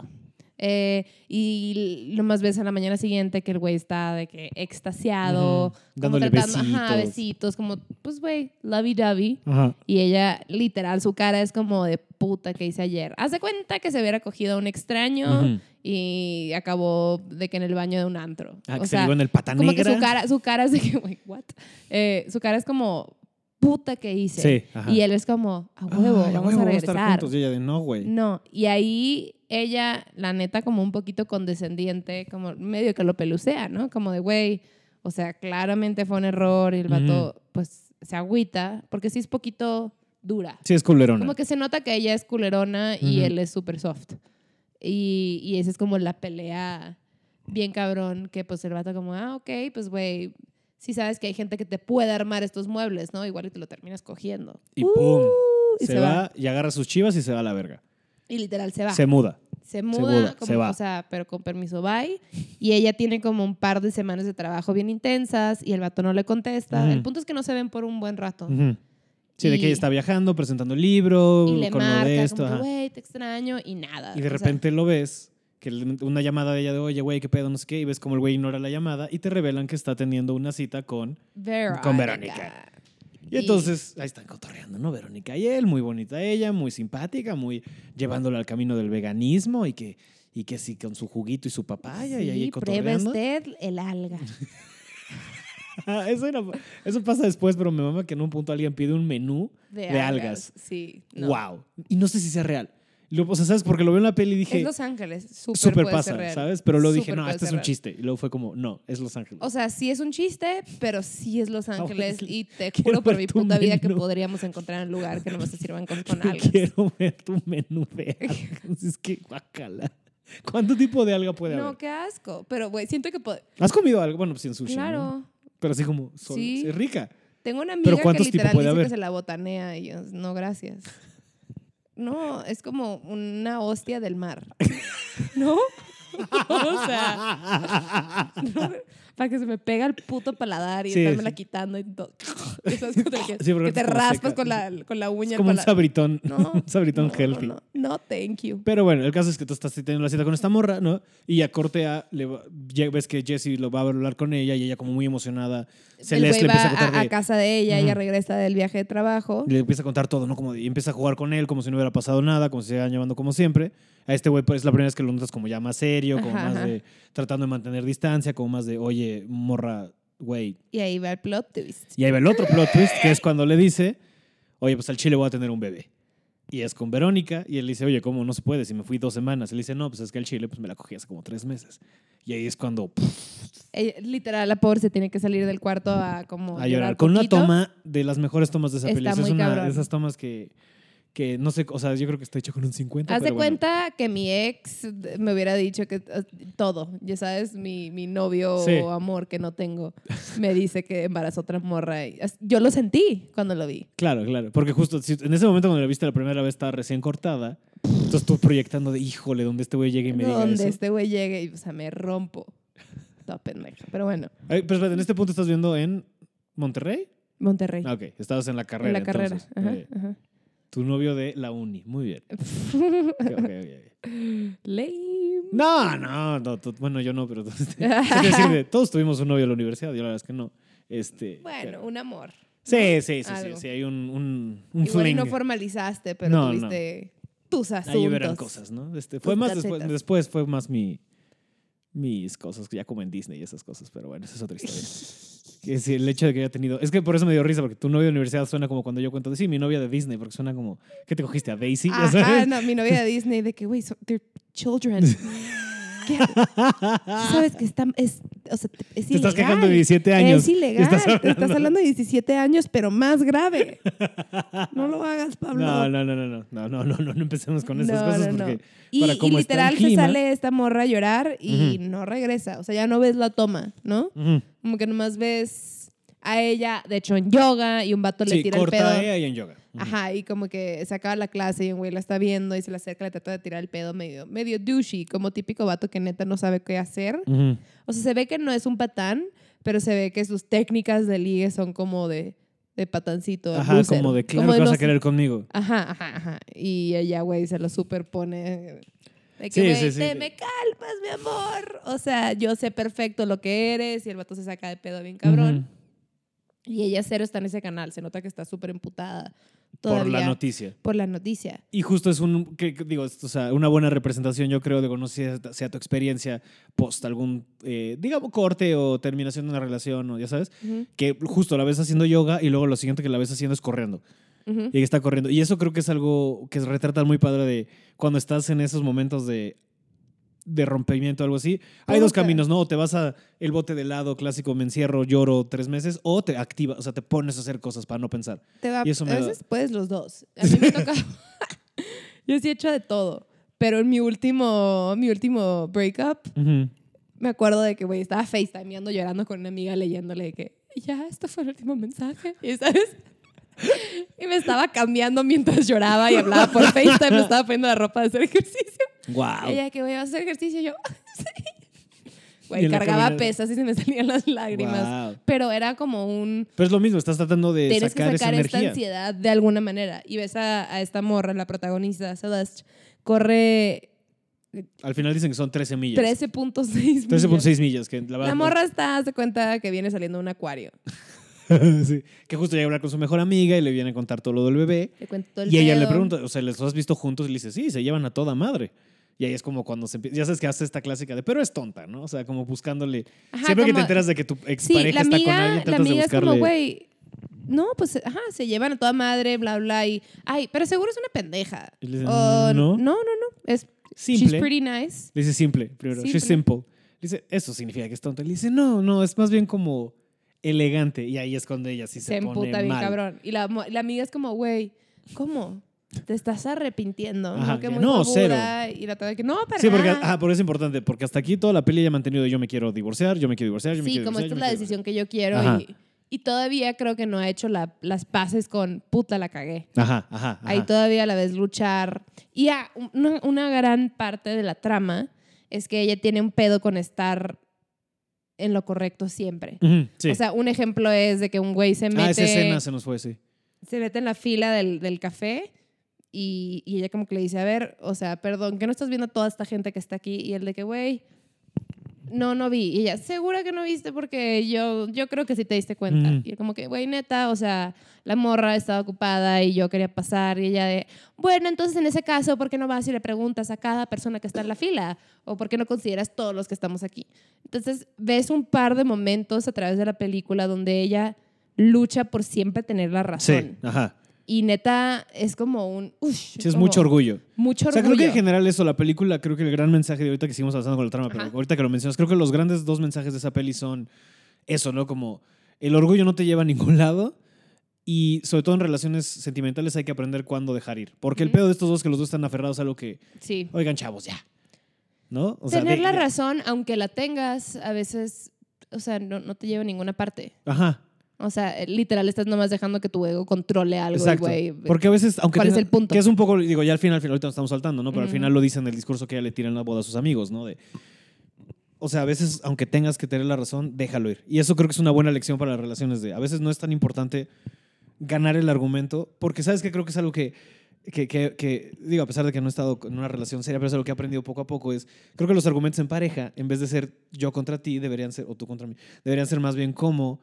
S2: Eh, y lo más ves a la mañana siguiente que el güey está de que extasiado,
S1: Ujú.
S2: como
S1: Dándole
S2: ajá,
S1: besitos.
S2: besitos, como, pues güey, lovey dovey.
S1: Ajá.
S2: Y ella, literal, su cara es como de puta que hice ayer. Haz de cuenta que se hubiera cogido a un extraño
S1: Ujú.
S2: y acabó de que en el baño de un antro.
S1: Ah, que
S2: o
S1: se
S2: sea,
S1: ligó en el pata
S2: como
S1: negra.
S2: que su cara, su cara es de que, güey, what? Eh, su cara es como puta que hice.
S1: Sí, ajá.
S2: Y él es como,
S1: Ah,
S2: a
S1: ya,
S2: huevo, vamos
S1: huevo,
S2: a
S1: vamos estar
S2: regresar.
S1: juntos. Y ella de, no, güey.
S2: No, y ahí ella, la neta, como un poquito condescendiente, como medio que lo pelucea, ¿no? Como de, güey, o sea, claramente fue un error y el vato, pues, se agüita, porque sí es poquito dura.
S1: Sí, es culerona.
S2: Como que se nota que ella es culerona y
S1: Ujú.
S2: él es súper soft. Y, y esa es como la pelea bien cabrón, que pues el vato como, ah, ok, pues, güey, sí sabes que hay gente que te puede armar estos muebles, ¿no? Igual y te lo terminas cogiendo. Uh,
S1: Y pum.
S2: y
S1: se
S2: se
S1: va,
S2: va.
S1: y agarra sus chivas y se va a la verga.
S2: Y literal se va.
S1: Se muda.
S2: Se
S1: Se
S2: muda,
S1: muda,
S2: como,
S1: se va.
S2: o sea, pero con permiso, bye. Y ella tiene como un par de semanas de trabajo bien intensas y el vato no le contesta.
S1: Ujú.
S2: El punto es que no se ven por un buen rato.
S1: Ujú. Sí, de que
S2: Y-
S1: ella está viajando, presentando el libro,
S2: Y le
S1: con lo
S2: marca,
S1: de esto.
S2: como que,
S1: ajá.
S2: güey, te extraño y nada.
S1: Y de
S2: O sea,
S1: repente lo ves, que le- una llamada de ella de, oye, güey, qué pedo, no sé qué, y ves como el güey ignora la llamada y te revelan que está teniendo una cita con...
S2: Verónica.
S1: con Verónica. Y
S2: Y-
S1: entonces ahí están cotorreando, ¿no? Verónica y él, muy bonita ella, muy simpática, muy llevándola al camino del veganismo y que, y que sí, con su juguito y su papaya y ahí
S2: Sí, este. pruebe
S1: cotorreando.
S2: usted el alga.
S1: Ah, eso, era- eso pasa después, pero me mama que en un punto alguien pide un menú
S2: De,
S1: de
S2: algas.
S1: algas.
S2: Sí. no.
S1: ¡Wow! Y no sé si sea real. Lo, o sea, ¿sabes? Porque lo veo en la peli y dije,
S2: Es Los Ángeles. Súper
S1: super
S2: puede ser
S1: pasa,
S2: real.
S1: ¿sabes? Pero luego dije,
S2: Súper
S1: no,
S2: puede
S1: este es
S2: ser
S1: un
S2: real.
S1: chiste. Y luego fue como, no, es Los Ángeles.
S2: O sea, sí es un chiste, pero sí es Los
S1: bueno,
S2: Ángeles
S1: sí.
S2: y te
S1: Quiero
S2: juro por
S1: ver
S2: mi
S1: tu
S2: puta vida que
S1: menú.
S2: podríamos encontrar un lugar que nomás se sirvan con, con
S1: Yo
S2: algas.
S1: quiero ver tu menú de algas. Es que guacala. ¿Cuánto tipo de alga puede
S2: No,
S1: haber?
S2: qué asco. Pero, güey, siento que... pod-
S1: ¿Has comido algo? Bueno, pues en sushi. ¿no?
S2: Claro.
S1: Pero así como, solo-
S2: Sí.
S1: es rica.
S2: Tengo una
S1: ¿Pero
S2: amiga que
S1: cuántos tipos
S2: literal
S1: puede
S2: dice
S1: haber?
S2: que se la botanea y yo, no, gracias. No, es como una hostia del mar. ¿No? o sea, no, para que se me pega el puto paladar y
S1: Sí,
S2: estarme la
S1: sí.
S2: quitando y todo. Esas cosas que,
S1: Sí, porque
S2: que
S1: es
S2: te
S1: como
S2: raspas
S1: seca.
S2: con la, con la uña.
S1: es
S2: el
S1: como un
S2: paladar.
S1: sabritón.
S2: No,
S1: un sabritón
S2: no,
S1: healthy.
S2: No, no, thank you.
S1: Pero bueno, el caso es que tú estás teniendo la cita con esta morra, ¿no? Y a corte A, le va- ya ves que Jesse lo va a hablar con ella y ella como muy emocionada. Se
S2: el
S1: le, le
S2: güey va
S1: empieza a contar
S2: a, a
S1: de-
S2: casa de ella, ella
S1: Ujú.
S2: regresa del viaje de trabajo.
S1: Y le empieza a contar todo, ¿no? Como, y empieza a jugar con él como si no hubiera pasado nada, como si se llevan llevando como siempre. A este güey pues, es la primera vez que lo notas como ya más serio, como
S2: Ajá,
S1: más
S2: ajá.
S1: de tratando de mantener distancia, como más de, oye, morra, güey.
S2: Y ahí va el plot twist.
S1: Y ahí va el otro plot twist, que es cuando le dice, oye, pues al chile voy a tener un bebé. Y es con Verónica, y él dice, oye, ¿cómo no se puede? Si me fui dos semanas. Él dice, no, pues es que al chile pues me la cogí hace como tres meses. Y ahí es cuando puf,
S2: Ella- eh, literal, la pobre se tiene que salir del cuarto a como
S1: a llorar. Con una
S2: poquito.
S1: toma de las mejores tomas de esa
S2: Está
S1: peli. Esa Es
S2: muy
S1: una de
S2: cabrón.
S1: esas tomas que, que no sé, o sea, yo creo que está hecha con un 50.
S2: Haz de
S1: pero bueno.
S2: cuenta que mi ex eh, me hubiera dicho que eh, todo, ya sabes, mi, mi novio
S1: Sí.
S2: o amor que no tengo, me dice que embarazó otra morra. y- as- Yo lo sentí cuando lo vi.
S1: Claro, claro. Porque justo si- en ese momento cuando la viste la primera vez estaba recién cortada. Entonces tú proyectando de, híjole, donde este güey llegue y me diga
S2: Donde
S1: eso.
S2: este güey llegue, y, o sea, me rompo. Toda pendeja. Pero bueno,
S1: Ay, pero espérate, en este punto estás viendo en Monterrey.
S2: Monterrey.
S1: Ah, ok. Estabas en la carrera.
S2: en la carrera.
S1: entonces.
S2: Ajá,
S1: Eh,
S2: ajá.
S1: tu novio de la uni. Muy bien. Ok, ok, ok.
S2: Lame.
S1: No, no, no, tú- bueno, yo no, pero... es decir, de- todos tuvimos un novio en la universidad. Yo la verdad es que no. Este,
S2: Bueno,
S1: pero-
S2: un amor.
S1: sí, sí, sí, sí,
S2: algo.
S1: sí, Hay un, un, un
S2: Igual y no
S1: fling.
S2: formalizaste, pero
S1: No, no.
S2: tuviste tus asuntos.
S1: Ahí verán cosas, ¿no? Este, fue
S2: Tus
S1: más después,
S2: gacetas.
S1: después fue más mi mis cosas, ya como en Disney y esas cosas, pero bueno, esa es otra historia. Que es el hecho de que haya tenido, es que por eso me dio risa porque tu novia de universidad suena como cuando yo cuento de sí, mi novia de Disney, porque suena como ¿qué te cogiste a Daisy? Ya
S2: Ajá,
S1: sabes.
S2: no, mi novia de Disney, de que, güey, so- they're children. ¿Qué? Sabes que está, es, o sea, te- es
S1: Te estás
S2: ilegal.
S1: quejando de 17 años.
S2: Es ilegal.
S1: Estás
S2: Te
S1: hablando-
S2: estás hablando de 17 años, pero más grave. No lo hagas, Pablo.
S1: No, no, no, no, no, no, no, no, no, no empecemos con esas
S2: No,
S1: cosas
S2: no, no.
S1: porque
S2: Y,
S1: para
S2: y
S1: cómo está el
S2: literal se
S1: clima-
S2: sale esta morra a llorar y
S1: Ujú.
S2: no regresa. O sea, ya no ves la toma, ¿no?
S1: Ujú.
S2: Como que nomás ves a ella, de hecho, en yoga y un vato le
S1: Sí,
S2: tira el
S1: corta
S2: pedo.
S1: a ella y en yoga. Ujú.
S2: Ajá, y como que se acaba la clase y un güey la está viendo y se le acerca, le trata de tirar el pedo medio, medio douchey, como típico vato que neta no sabe qué hacer.
S1: Ujú.
S2: O sea, se ve que no es un patán, pero se ve que sus técnicas de ligue son como de, de patancito.
S1: Ajá,
S2: loser.
S1: como de claro
S2: Como
S1: que vas a
S2: los-
S1: querer conmigo.
S2: Ajá, ajá, ajá. Y ella, güey, se lo superpone. De
S1: Sí,
S2: que, güey,
S1: sí, sí.
S2: te me calmas, mi amor. O sea, yo sé perfecto lo que eres y el vato se saca de pedo bien cabrón.
S1: Ujú.
S2: Y ella cero está en ese canal. Se nota que está súper emputada.
S1: Por la
S2: todavía
S1: noticia.
S2: Por la noticia.
S1: Y justo es un, que, que digo, es, o sea, una buena representación, yo creo, de no sé si sea tu experiencia post algún, eh, digamos, corte o terminación de una relación, o ya sabes,
S2: Ujú,
S1: que justo la ves haciendo yoga y luego lo siguiente que la ves haciendo es corriendo.
S2: ujú.
S1: Y que está corriendo. Y eso creo que es algo que retrata muy padre de cuando estás en esos momentos de de rompimiento o algo así. Hay dos
S2: Puta.
S1: caminos, ¿no? O te vas a el bote de helado clásico, me encierro, lloro tres meses, o te activa, o sea, te pones a hacer cosas para no pensar.
S2: Te va,
S1: Y eso me
S2: a
S1: da-
S2: veces puedes los dos. A mí me toca. yo sí he hecho de todo. Pero en mi último, mi último breakup,
S1: Ujú.
S2: me acuerdo de que, güey, estaba facetimeando llorando con una amiga leyéndole de que ya, esto fue el último mensaje, y ¿sabes? Y me estaba cambiando mientras lloraba y hablaba por FaceTime, me estaba poniendo la ropa de hacer ejercicio.
S1: Wow.
S2: Ella que voy a hacer ejercicio yo. sí.
S1: Y
S2: Güey,
S1: en la
S2: cargaba
S1: caminera.
S2: pesas y se me salían las lágrimas.
S1: Wow.
S2: Pero era como un
S1: Pero es lo mismo, estás tratando de
S2: tienes
S1: sacar,
S2: que sacar
S1: esa
S2: esta
S1: energía.
S2: ansiedad de alguna manera. Y ves a, a esta morra, la protagonista, Celeste, corre
S1: Al final dicen que son 13 millas.
S2: 13.6 millas.
S1: 13.6 millas, que la verdad.
S2: La morra está, se cuenta que viene saliendo de un acuario.
S1: Sí, Que justo llega a hablar con su mejor amiga y le viene a contar todo lo del bebé.
S2: Le cuenta todo el
S1: Y ella le
S2: pedo.
S1: pregunta, o sea, ¿les has visto juntos? Y le dice, sí, se llevan a toda madre. Y ahí es como cuando se empieza, ya sabes que hace esta clásica de, pero es tonta, ¿no? O sea, como buscándole.
S2: Ajá,
S1: Siempre que te
S2: como-
S1: enteras de que tu
S2: Sí,
S1: expareja
S2: la
S1: está
S2: amiga,
S1: con alguien,
S2: la
S1: tratas de
S2: amiga es
S1: buscarle.
S2: como, güey, no, pues, ajá, se llevan a toda madre, bla, bla, y, ay, pero seguro es una pendeja.
S1: Y le dicen,
S2: O,
S1: "No".
S2: no, no, no, es, she's
S1: Simple.
S2: pretty nice.
S1: Le dice simple, primero. She's
S2: Simple.
S1: simple. Le dice, eso significa que es tonta. Le dice, no, no, es más bien como elegante. Y ahí es cuando ella sí
S2: Se,
S1: se, pone
S2: emputa bien
S1: mal.
S2: cabrón. Y la, mo- la amiga es como, güey, ¿cómo? Te estás arrepintiendo.
S1: Ajá,
S2: no, que
S1: que
S2: muy
S1: no, cero.
S2: babuda", Y la otra que, no, para
S1: Sí, porque,
S2: nada".
S1: ah, porque es importante, porque hasta aquí toda la peli ella ha mantenido yo me quiero divorciar, yo me quiero divorciar, yo me
S2: Sí,
S1: quiero
S2: como
S1: divorciar.
S2: esta es la
S1: yo me
S2: decisión que yo quiero
S1: Ajá.
S2: y, y todavía creo que no ha hecho la- las paces con puta la cagué.
S1: quiero divorciar. Ajá, ajá. ajá.
S2: Ahí todavía la ves luchar. Y ah, una, una gran parte de la trama es que ella tiene un pedo con estar en lo correcto siempre.
S1: Ujú, sí.
S2: O sea, un ejemplo es de que un güey se mete,
S1: ah, esa escena se nos fue, sí.
S2: se mete en la fila del, del café y, y ella como que le dice, a ver, o sea, perdón, que no estás viendo a toda esta gente que está aquí y el de que, güey, no, no vi. Y ella, segura que no viste porque yo, yo creo que sí te diste cuenta.
S1: Ujú.
S2: Y él como que, güey, neta, o sea, la morra estaba ocupada y yo quería pasar y ella de, bueno, entonces en ese caso, ¿por qué no vas y le preguntas a cada persona que está en la fila? ¿O por qué no consideras todos los que estamos aquí? Entonces, ves un par de momentos a través de la película donde ella lucha por siempre tener la
S1: Sí,
S2: razón.
S1: ajá.
S2: Y neta, es como un... uff,
S1: Sí, es mucho orgullo.
S2: Mucho
S1: O sea, creo
S2: orgullo.
S1: que en general eso, la película, creo que el gran mensaje de ahorita que seguimos avanzando con la trama, pero
S2: Ajá.
S1: ahorita que lo mencionas, creo que los grandes dos mensajes de esa peli son eso, ¿no? Como el orgullo no te lleva a ningún lado y sobre todo en relaciones sentimentales hay que aprender cuándo dejar ir. Porque el
S2: Ujú.
S1: pedo de estos dos que los dos están aferrados a algo que,
S2: Sí.
S1: oigan, chavos, ya. ¿No? O
S2: Tener
S1: de-
S2: la
S1: de-
S2: razón, aunque la tengas, a veces, o sea, no, no te lleva a ninguna parte.
S1: Ajá,
S2: O sea, eh, literal, estás nomás dejando que tu ego controle algo, y,
S1: exacto.
S2: güey.
S1: Porque a veces, aunque.
S2: ¿cuál es
S1: tenga-
S2: el punto?
S1: Que es un poco, digo, ya al final, al final ahorita nos estamos saltando, ¿no? Pero al
S2: Ujú.
S1: final lo dicen en el discurso que ella le tira en la boda a sus amigos, ¿no? De. O sea, a veces, aunque tengas que tener la razón, déjalo ir. Y eso creo que es una buena lección para las relaciones de. A veces no es tan importante ganar el argumento, porque sabes que creo que es algo que. Que, que- que, digo, a pesar de que no he estado en una relación seria, pero es algo que he aprendido poco a poco, es, creo que los argumentos en pareja, en vez de ser yo contra ti, deberían ser, o tú contra mí, deberían ser más bien como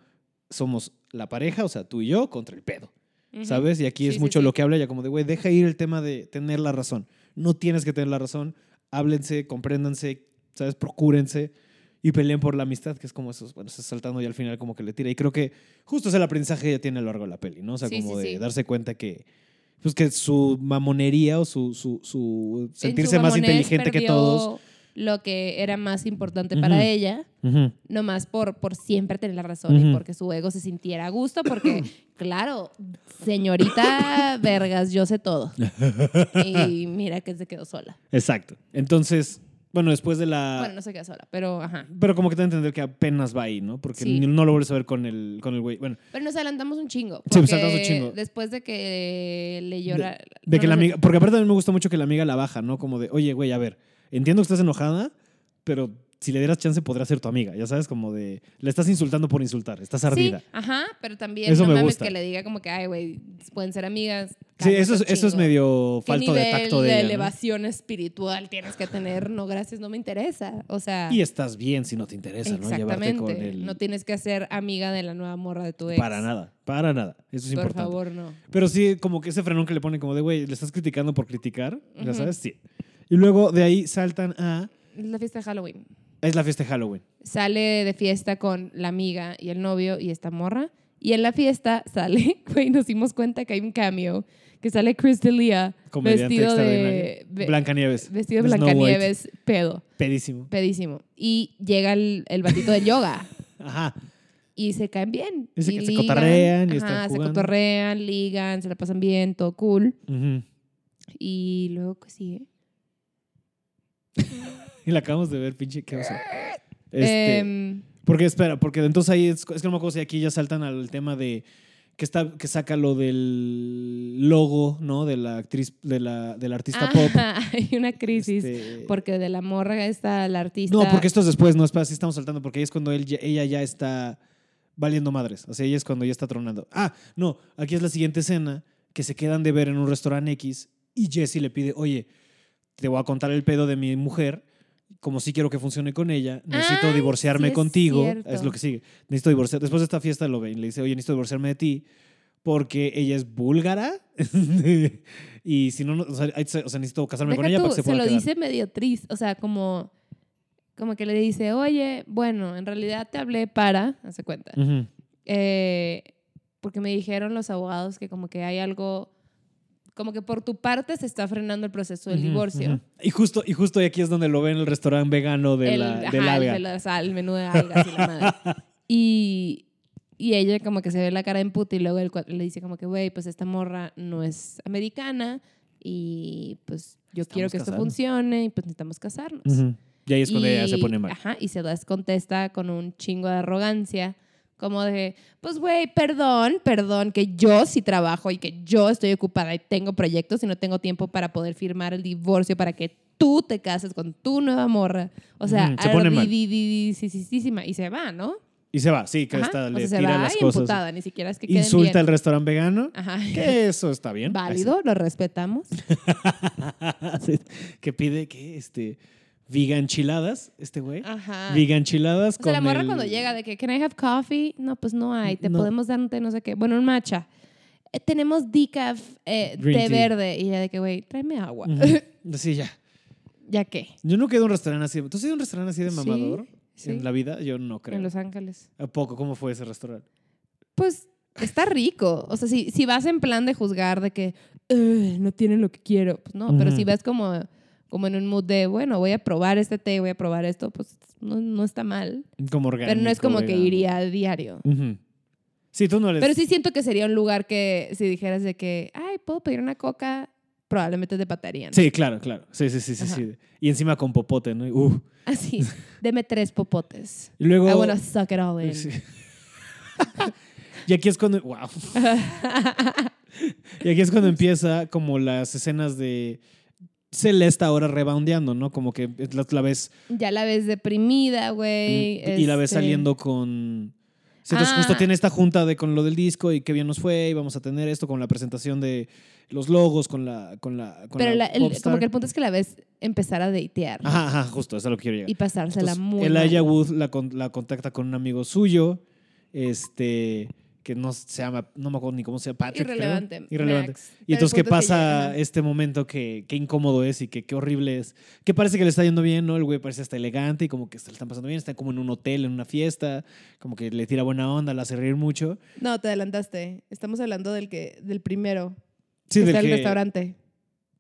S1: somos la pareja, o sea, tú y yo contra el pedo.
S2: Ujú.
S1: ¿sabes? Y aquí
S2: Sí,
S1: es
S2: sí,
S1: mucho
S2: sí.
S1: lo que habla ella, como de, güey, deja ir el tema de tener la razón. No tienes que tener la razón. Háblense, compréndanse, ¿sabes? Procúrense y peleen por la amistad, que es como eso, bueno, se está saltando y al final como que le tira. Y creo que justo es el aprendizaje que ella tiene a lo largo de la peli, ¿no? O sea,
S2: Sí,
S1: como
S2: sí,
S1: de
S2: sí.
S1: darse cuenta que, pues que su mamonería o su, su, su
S2: En
S1: sentirse
S2: su
S1: más
S2: mamonés
S1: inteligente que
S2: perdió
S1: todos.
S2: Lo que era más importante
S1: Ujú.
S2: para ella,
S1: Ujú.
S2: nomás por, por siempre tener la razón y
S1: Ujú.
S2: porque su ego se sintiera a gusto, porque, claro, señorita Vergas, yo sé todo. Y mira que se quedó sola.
S1: Exacto. Entonces, bueno, después de la...
S2: Bueno, no se quedó sola, pero ajá.
S1: Pero como que te da a entender que apenas va ahí, ¿no? Porque
S2: Sí.
S1: ni- no lo vuelves a ver con el con el güey. Bueno,
S2: Pero nos adelantamos un chingo.
S1: Sí, nos
S2: porque
S1: adelantamos un chingo.
S2: Después de que le llora.
S1: De
S2: no,
S1: que la
S2: no sé.
S1: amiga, porque aparte a mí me gusta mucho que la amiga la baja, ¿no? Como de, oye, güey, a ver, entiendo que estás enojada, pero si le dieras chance podría ser tu amiga, ya sabes, como de, le estás insultando por insultar, estás ardida.
S2: Sí, ajá, pero también
S1: Eso
S2: no
S1: me
S2: mames
S1: gusta.
S2: que le diga como que, ay, güey, pueden ser amigas.
S1: Sí,
S2: cálmate
S1: eso es,
S2: un
S1: eso es
S2: chingo".
S1: medio
S2: ¿Qué
S1: falto
S2: nivel
S1: de tacto de... ella, ¿no?
S2: elevación espiritual tienes que tener? No, gracias, no me interesa. O sea,
S1: Y estás bien si no te interesa, ¿no? Llevarte
S2: exactamente.
S1: con
S2: ¿no?
S1: el...
S2: tienes que ser amiga de la nueva morra de tu ex.
S1: Para nada, para nada. Eso es
S2: Por
S1: importante.
S2: favor, no.
S1: Pero sí, como que ese frenón que le ponen como de, güey, le estás criticando por criticar, ya
S2: Ujú.
S1: sabes, sí. Y luego de ahí saltan a...
S2: La fiesta de Halloween.
S1: Es la fiesta de Halloween.
S2: sale de fiesta con la amiga y el novio y esta morra. Y en la fiesta sale, güey, nos dimos cuenta que hay un cameo, que sale Chris D'Elia
S1: Comediante
S2: vestido de,
S1: extraordinario.
S2: ve-
S1: Blancanieves.
S2: vestido de
S1: Snow White.
S2: Blancanieves, pedo,
S1: Pedísimo.
S2: pedísimo. Y llega el, el batito de yoga
S1: Ajá.
S2: y se caen bien.
S1: Dice
S2: y
S1: que se cotorrean y están
S2: ajá, se
S1: jugando.
S2: cotorrean, ligan, se la pasan bien, todo cool.
S1: Ujú.
S2: Y luego que sigue.
S1: Y la acabamos de ver, pinche qué oso. Este,
S2: Em,
S1: porque espera, porque entonces ahí es, es que no me acuerdo si aquí ya saltan al tema de que, está, que saca lo del logo, ¿no? De la actriz, de la, del artista
S2: Ah,
S1: pop.
S2: Ajá, hay una crisis.
S1: Este,
S2: Porque de la morra está la artista.
S1: No, porque esto es después, no, espera, sí estamos saltando, porque ahí es cuando él, ya- ella ya está valiendo madres. O sea, ella es cuando ya está tronando. Ah, no, aquí es la siguiente escena que se quedan de ver en un restaurante X y Jesse le pide, oye, te voy a contar el pedo de mi mujer. Como sí quiero que funcione con ella, necesito
S2: Ay,
S1: divorciarme
S2: sí es
S1: contigo.
S2: cierto.
S1: Es lo que sigue. Necesito divorciar. Después de esta fiesta lo ven. Le dice, oye, necesito divorciarme de ti porque ella es búlgara. y si no, no- o sea, hay- o sea, necesito casarme
S2: Deja
S1: con ella
S2: tú,
S1: para que se
S2: se,
S1: pueda
S2: lo
S1: quedar.
S2: dice medio triste, o sea, como, como que le dice, oye, bueno, en realidad te hablé para, hace cuenta,
S1: Ujú.
S2: eh, porque me dijeron los abogados que como que hay algo, como que por tu parte se está frenando el proceso del
S1: Ujú,
S2: divorcio.
S1: ujú. Y justo, y justo aquí es donde lo ven en el restaurante vegano de
S2: el,
S1: la,
S2: ajá,
S1: del
S2: el
S1: alga.
S2: de las- ah, el menú de algas y la madre. Y, y ella como que se ve la cara en puta y luego el cua- le dice como que, güey, pues esta morra no es americana y pues yo
S1: Estamos
S2: quiero que esto
S1: casando.
S2: funcione y pues necesitamos casarnos.
S1: Ujú. Y ahí es cuando ella se
S2: Y-
S1: pone mal.
S2: Ajá, y se las contesta con un chingo de arrogancia. Como de, pues güey, perdón, perdón, que yo sí trabajo y que yo estoy ocupada y tengo proyectos y no tengo tiempo para poder firmar el divorcio para que tú te cases con tu nueva morra. O sea,
S1: Ujú, se pone mal.
S2: ardidididisisísima. Y se va, ¿no?
S1: Y se va, sí, que
S2: Ajá,
S1: está-
S2: o
S1: le
S2: sea, se
S1: tira
S2: va
S1: las
S2: y
S1: cosas.
S2: emputada, ni siquiera es que queden
S1: Insulta
S2: bien.
S1: al restaurante vegano.
S2: Ajá.
S1: Que eso está bien.
S2: Válido, lo respetamos.
S1: Ahí sí. que pide que este vegan chiladas, este güey.
S2: Ajá.
S1: Vegan chiladas
S2: Ah. O sea, la
S1: con
S2: morra
S1: el-
S2: cuando llega de que, ¿can I have coffee? No, pues no hay. Te
S1: No.
S2: podemos dar un té, no sé qué. Bueno, un matcha. Eh, tenemos decaf, eh, té
S1: Green tea.
S2: verde. Y ya de que, güey, tráeme agua.
S1: Ujú. Sí, ya.
S2: ¿Ya qué?
S1: Yo no quedo en un restaurante así. ¿Tú has ido a un restaurante así de
S2: Sí,
S1: mamador?
S2: sí.
S1: En la vida, yo no creo.
S2: En Los Ángeles.
S1: ¿A poco? ¿Cómo fue ese restaurante?
S2: Pues está rico. O sea, si, si vas en plan de juzgar de que "Ugh, no tienen lo que quiero, pues no. Pero
S1: Ujú.
S2: si vas como, como en un mood de, bueno, voy a probar este té, voy a probar esto, pues no, no está mal.
S1: Como orgánico.
S2: Pero no es como que
S1: vegano.
S2: iría a diario.
S1: Ujú. Sí, tú no eres.
S2: Pero sí siento que sería un lugar que si dijeras de que, ay, puedo pedir una coca, probablemente te patarían.
S1: Sí, claro, claro. Sí, sí, sí, sí,
S2: Ajá.
S1: sí. Y encima con popote, ¿no? Y, uh.
S2: Así, deme tres popotes.
S1: Y luego.
S2: I wanna suck it all in.
S1: Oh, Sí. y aquí es cuando. ¡Wow! y aquí es cuando empieza como las escenas de. Celeste ahora reboundeando, ¿no? Como que la, la ves.
S2: Ya la ves deprimida, güey.
S1: Mm, Y la ves
S2: este,
S1: saliendo con. Sí, entonces
S2: Ah.
S1: justo tiene esta junta de con lo del disco y qué bien nos fue y vamos a tener esto con la presentación de los logos, con la. Con la con
S2: Pero
S1: la
S2: la- el,
S1: popstar.
S2: como que el punto es que la ves empezar a datear
S1: Ajá, ajá, justo, eso es a lo que quiero llegar.
S2: y pasársela
S1: Entonces,
S2: muy
S1: Elijah
S2: mal.
S1: Wood la, con- la contacta con un amigo suyo, este, que no se llama, no me acuerdo ni cómo se llama, Patrick. creo.
S2: Irrelevante.
S1: Irrelevante.
S2: Max. Pero
S1: Y
S2: el
S1: entonces que
S2: punto es
S1: pasa
S2: ya- ajá.
S1: este momento que, que incómodo es y que qué horrible es. Que parece que le está yendo bien, ¿no? El güey parece hasta elegante y como que se le están pasando bien. Está como en un hotel, en una fiesta, como que le tira buena onda, la hace reír mucho.
S2: No, te adelantaste. Estamos hablando del que del primero.
S1: Sí,
S2: que
S1: del
S2: está en el
S1: que-
S2: restaurante.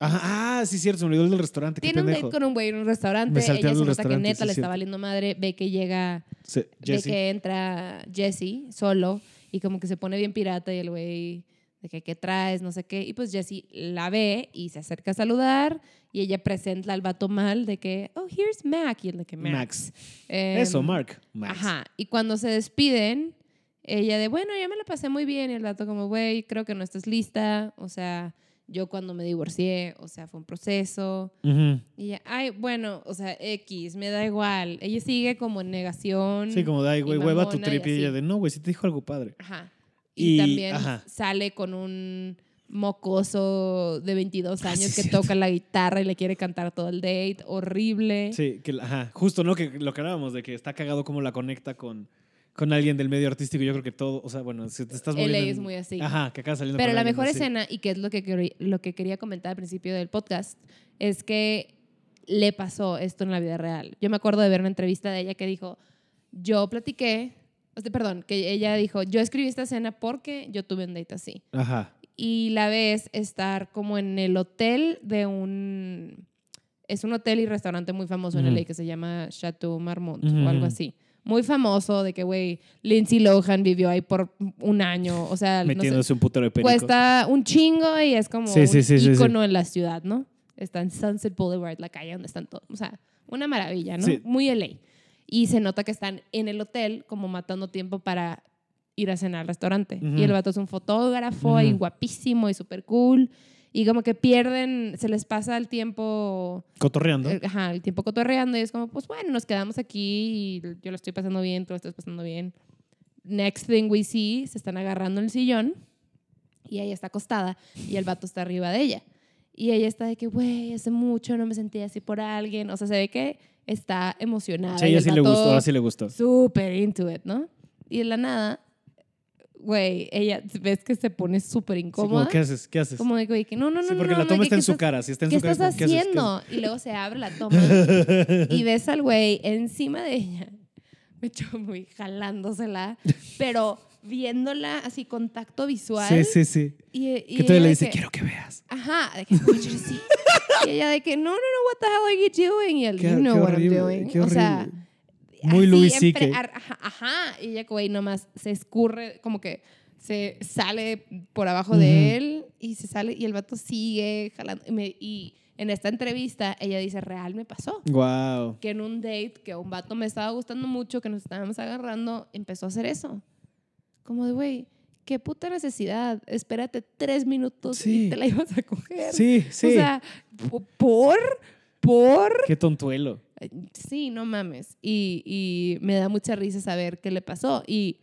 S1: Ajá, ah, sí, cierto, se me olvidó el del restaurante. qué
S2: Tiene un date
S1: pendejo.
S2: con un güey en un restaurante.
S1: Me
S2: Ella
S1: salté
S2: se
S1: al
S2: nota que
S1: restaurante,
S2: neta
S1: sí,
S2: le
S1: cierto.
S2: está valiendo madre. Ve que llega
S1: Sí, Jesse.
S2: de que entra Jesse solo y como que se pone bien pirata y el güey de que qué traes, no sé qué. Y pues Jesse la ve y se acerca a saludar y ella presenta al vato mal de que, oh, here's Mac. Y el de que Max.
S1: Max.
S2: Em,
S1: Eso, Mark. Max.
S2: Ajá. Y cuando se despiden, ella de, bueno, ya me la pasé muy bien. Y el vato como, güey, creo que no estás lista. O sea, yo cuando me divorcié, o sea, fue un proceso.
S1: Ujú.
S2: Y ella, ay, bueno, o sea, X, me da igual. Ella sigue como en negación.
S1: Sí, como de ahí, güey,
S2: y
S1: hueva tu
S2: mamona y
S1: trip y ella
S2: así.
S1: de no, güey, sí te dijo algo padre.
S2: Ajá. Y,
S1: Y-
S2: también
S1: ajá.
S2: sale con un mocoso de 22
S1: Ah, sí,
S2: años que
S1: cierto.
S2: toca la guitarra y le quiere cantar todo el date. Horrible.
S1: Sí, que, la- ajá, justo, ¿no? Que lo que hablábamos de que está cagado cómo la conecta con, con alguien del medio artístico. Yo creo que todo, o sea, bueno, si te estás
S2: LA
S1: moviendo.
S2: es
S1: en-
S2: muy así.
S1: Ajá, que acaba saliendo
S2: Pero
S1: con
S2: la
S1: alguien
S2: mejor
S1: así.
S2: escena, y que es lo que, querí- lo que quería comentar al principio del podcast, es que le pasó esto en la vida real. Yo me acuerdo de ver una entrevista de ella que dijo, yo platiqué, o sea, perdón, que ella dijo, yo escribí esta escena porque yo tuve un date así.
S1: Ajá.
S2: y la ves estar como en el hotel de un... Es un hotel y restaurante muy famoso en
S1: Ujú.
S2: LA que se llama Chateau Marmont
S1: Ujú,
S2: o
S1: ujú.
S2: algo así. Muy famoso de que, güey, Lindsay Lohan vivió ahí por un año. O sea, no sé, pues
S1: Metiéndose un putero de perico.
S2: cuesta un chingo y es como
S1: Sí,
S2: un
S1: sí, sí, sí, sí.
S2: ícono en la ciudad, ¿no? Está en Sunset Boulevard, la calle donde están todos. O sea, una maravilla, ¿no?
S1: Sí.
S2: Muy LA. Y se nota que están en el hotel como matando tiempo para ir a cenar al restaurante.
S1: Ujú.
S2: Y el vato es un fotógrafo y
S1: Ujú.
S2: guapísimo y súper cool. Y como que pierden, se les pasa el tiempo,
S1: Cotorreando.
S2: eh, ajá, el tiempo cotorreando y es como, pues bueno, nos quedamos aquí y yo lo estoy pasando bien, tú lo estás pasando bien. Next thing we see, se están agarrando en el sillón y ella está acostada y el vato está arriba de ella. Y ella está de que, güey, hace mucho no me sentía así por alguien. O sea, se ve que está emocionada.
S1: Sí, a
S2: y
S1: ella
S2: el
S1: sí le
S2: vato
S1: gustó, ahora sí le gustó.
S2: Súper into it, ¿no? Y de la nada, güey, ella ves que se pone súper
S1: Sí, como,
S2: incómoda.
S1: ¿Qué haces? ¿Qué haces?
S2: como de, güey, que no, no, no.
S1: sí, porque
S2: no,
S1: la
S2: no,
S1: toma
S2: que-
S1: está
S2: que
S1: en su
S2: estás-
S1: cara. Si está en
S2: ¿Qué
S1: su cara.
S2: estás
S1: es como, haces?
S2: haciendo? Y luego se abre la toma
S1: haces?
S2: y ves al güey encima de ella, me echó muy jalándosela, pero viéndola así contacto visual.
S1: Sí, sí, sí.
S2: Y, y
S1: Que
S2: ella
S1: todavía le
S2: de
S1: dice,
S2: que-
S1: quiero que veas.
S2: Ajá, de que, "Oye, sí. Y ella de que, no, no, no, what the hell are you doing? Y él,
S1: Qué-
S2: you know
S1: qué
S2: what
S1: horrible,
S2: I'm doing.
S1: qué
S2: ¿eh? o sea,
S1: horrible. Muy
S2: así
S1: Louis
S2: en pre-
S1: CK.
S2: ar- Ajá, ajá. Y ella, güey, nomás se escurre, como que se sale por abajo
S1: Ujú.
S2: de él y se sale y el vato sigue jalando. Y, me- y en esta entrevista ella dice, real me pasó.
S1: Wow.
S2: Que en un date, que un vato me estaba gustando mucho, que nos estábamos agarrando, empezó a hacer eso. Como de, güey, qué puta necesidad. Espérate tres minutos
S1: Sí.
S2: y te la ibas a coger.
S1: Sí, sí.
S2: O sea, po- por, por.
S1: Qué tontuelo.
S2: Sí, no mames. Y, y me da mucha risa saber qué le pasó. Y,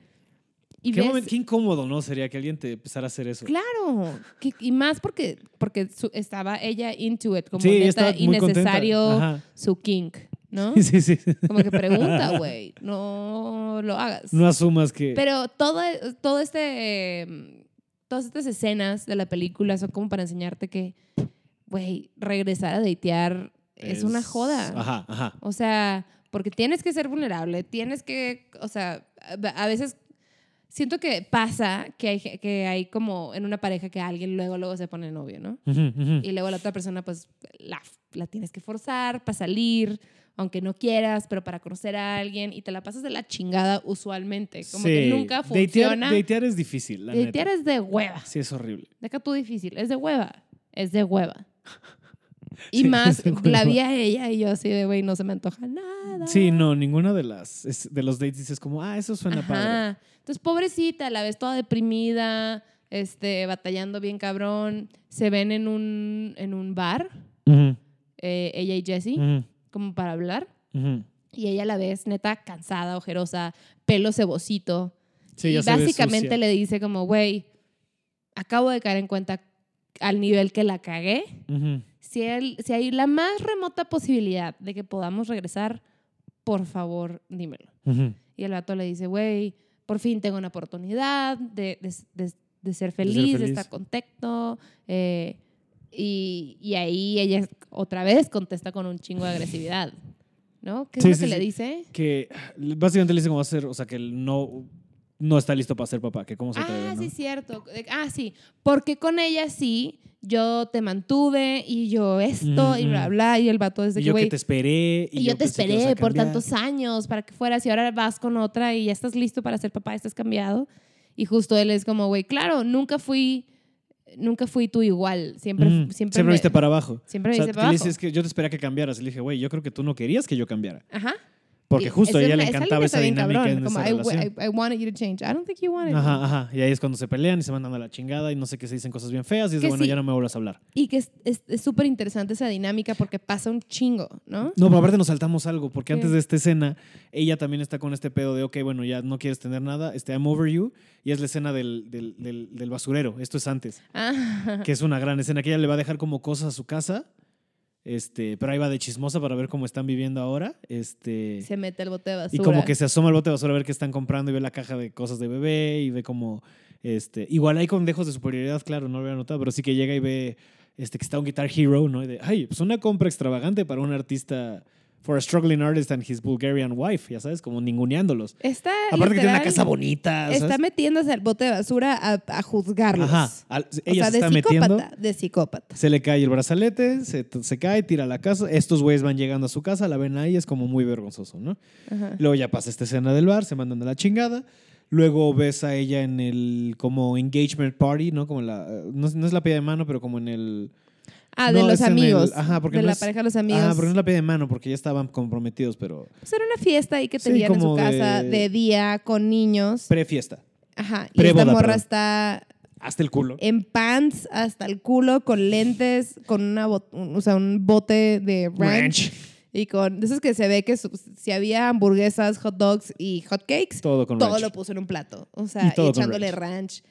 S2: y
S1: Qué,
S2: ves-
S1: momento- qué incómodo, ¿no? Sería que alguien te empezara a hacer eso.
S2: Claro. que- y más porque, porque su- estaba ella into it, como
S1: sí, ella
S2: neta,
S1: estaba muy contenta.
S2: innecesario
S1: Ajá.
S2: su kink, ¿no?
S1: Sí, sí, sí.
S2: Como que pregunta, güey, no lo hagas.
S1: No asumas que.
S2: Pero todo, todo este, eh, todas estas escenas de la película son como para enseñarte que, güey, regresar a datear es, una joda.
S1: Ajá, ajá.
S2: O sea, porque tienes que ser vulnerable, tienes que, o sea, a a veces siento que pasa que hay, ge- que hay como en una pareja que alguien luego, luego se pone novio, ¿no?
S1: Ujú, ujú.
S2: Y luego la otra persona, pues, la, la tienes que forzar para salir, aunque no quieras, pero para conocer a alguien y te la pasas de la chingada usualmente. Como que
S1: Sí.
S2: nunca
S1: Datear-
S2: funciona.
S1: Datear, es difícil, la neta. Ah,
S2: Datear es de hueva.
S1: Sí, es horrible.
S2: Deja tú difícil. Es de hueva. Es de hueva. Y
S1: Sí, es
S2: más,
S1: de hueva.
S2: la vi a ella y yo así de, güey, no se me antoja nada.
S1: Sí, no, ninguna de las es- de los dates dices como, ah, eso suena padre.
S2: Ajá. Entonces, pobrecita, la ves toda deprimida, este, batallando bien cabrón. Se ven en un, en un bar,
S1: Ujú,
S2: eh, ella y Jessie,
S1: ujú,
S2: como para hablar.
S1: ujú.
S2: Y ella la ves neta cansada, ojerosa, pelo cebocito.
S1: Sí,
S2: y
S1: ya se ve
S2: básicamente
S1: sucia.
S2: le dice como, güey, acabo de caer en cuenta al nivel que la cagué.
S1: Ujú.
S2: Si, él- si hay la más remota posibilidad de que podamos regresar, por favor, dímelo.
S1: Ujú.
S2: Y el vato le dice, güey, por fin tengo una oportunidad de, de- de- de ser feliz, de,
S1: feliz.
S2: estar contento. eh, y, y ahí ella otra vez contesta con un chingo de agresividad. ¿No? ¿Qué
S1: Sí,
S2: es
S1: sí,
S2: lo que le
S1: sí.
S2: dice?
S1: Que básicamente le dicen cómo va a ser, o sea, que él no no está listo para ser papá, que cómo se atreve,
S2: Ah,
S1: ¿no?
S2: sí, cierto. Eh, Ah, sí. Porque con ella sí, yo te mantuve y yo esto
S1: Ujú,
S2: y bla,
S1: ujú.
S2: bla. Y el vato desde
S1: Y
S2: que,
S1: yo que
S2: güey,
S1: te esperé.
S2: y yo, te
S1: pensé que ibas a
S2: esperé por
S1: cambiar.
S2: tantos años para que fueras y ahora vas con otra y ya estás listo para ser papá, estás cambiado. Y justo él es como, güey, claro, nunca fui, nunca fui tú igual. Siempre,
S1: Ujú.
S2: siempre,
S1: Mm, Siempre
S2: me-
S1: viste para abajo.
S2: siempre
S1: o
S2: me
S1: sea,
S2: viste
S1: que
S2: para
S1: le
S2: abajo.
S1: dices que yo te esperaba que cambiaras. Y le dije, güey, yo creo que tú no querías que yo cambiara.
S2: Ajá.
S1: Porque
S2: Y
S1: justo a
S2: esa
S1: ella le
S2: línea-
S1: encantaba
S2: línea
S1: esa
S2: está bien
S1: dinámica
S2: cabrón,
S1: en
S2: como,
S1: esa
S2: I-
S1: relación.
S2: I, I wanted you to change. I don't think you wanted me.
S1: Ajá, ajá. Y ahí es cuando se pelean y se mandan a la chingada y no sé qué se dicen cosas bien feas. Y es de,
S2: Que
S1: bueno,
S2: sí.
S1: ya no me vuelvas a hablar.
S2: Y que es- es es súper interesante esa dinámica porque pasa un chingo, ¿no?
S1: No, pero aparte nos saltamos algo, porque
S2: ¿Qué?
S1: antes de esta escena, ella también está con este pedo de, ok, bueno, ya no quieres tener nada, este, I'm over you, y es la escena del, del, del- del basurero, esto es antes,
S2: Ah,
S1: que es una gran escena, que ella le va a dejar como cosas a su casa, este, pero ahí va de chismosa para ver cómo están viviendo ahora, este...
S2: se mete el bote de basura.
S1: Y como que se asoma al bote de basura a ver qué están comprando y ve la caja de cosas de bebé y ve como, este, igual hay conejos de superioridad, claro, no lo había notado, pero sí que llega y ve, este, que está un Guitar Hero, ¿no? Y de, ay, pues una compra extravagante para un artista, for a struggling artist and his Bulgarian wife, ya sabes, como ninguneándolos.
S2: Está
S1: Aparte que tiene una
S2: Ah, literal-
S1: casa bonita, ¿sabes?
S2: Está metiéndose al bote de basura a, a juzgarlos.
S1: Ajá, al-
S2: O
S1: ella
S2: sea,
S1: se
S2: de
S1: está
S2: psicópata,
S1: metiendo.
S2: de psicópata.
S1: Se le cae el brazalete, se, se cae, tira a la casa. Estos güeyes van llegando a su casa, la ven ahí, es como muy vergonzoso, ¿no?
S2: Ajá.
S1: Luego ya pasa esta escena del bar, se mandan a la chingada. Luego ves a ella en el como engagement party, ¿no? Como la no, es- no es la peda de mano, pero como en el
S2: Ah, de
S1: no,
S2: los
S1: es en
S2: amigos.
S1: el- ajá, porque
S2: de
S1: no
S2: la
S1: es-
S2: pareja de los amigos.
S1: Ah, porque no es la peda de mano porque ya estaban comprometidos, pero
S2: Pues era una fiesta ahí que
S1: Sí,
S2: tenían en
S1: como
S2: su casa
S1: de-
S2: de día con niños.
S1: prefiesta.
S2: Ajá. Y
S1: Préboda,
S2: esta morra
S1: perdón.
S2: está
S1: Hasta el culo.
S2: en pants hasta el culo, con lentes, con una bot- un, o sea, un bote de ranch. Y con de esos que se ve que su- si había hamburguesas, hot dogs y hot cakes,
S1: Todo
S2: todo,
S1: con ranch.
S2: lo puso en un plato. O sea,
S1: Y todo
S2: y
S1: con
S2: echándole ranch.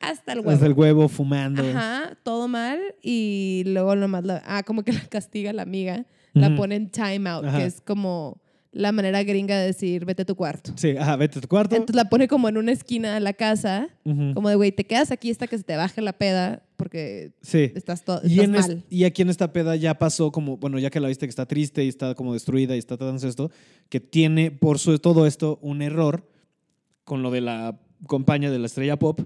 S2: Hasta el huevo.
S1: Hasta el huevo fumando.
S2: Ajá, todo mal. Y luego nomás la, ah, como que la castiga la amiga. La
S1: Ujú.
S2: pone en time out,
S1: Ajá.
S2: que es como la manera gringa de decir vete a tu cuarto.
S1: Sí, ajá, vete a tu cuarto.
S2: Entonces la pone como en una esquina de la casa,
S1: Ujú.
S2: como de güey, te quedas aquí hasta que se te baje la peda porque
S1: Sí.
S2: estás, todo
S1: Y,
S2: estás
S1: en es-
S2: mal.
S1: y aquí en esta peda ya pasó como, bueno, ya que la viste que está triste y está como destruida y está tan esto, que tiene por su, todo esto un error con lo de la compañía de la estrella pop,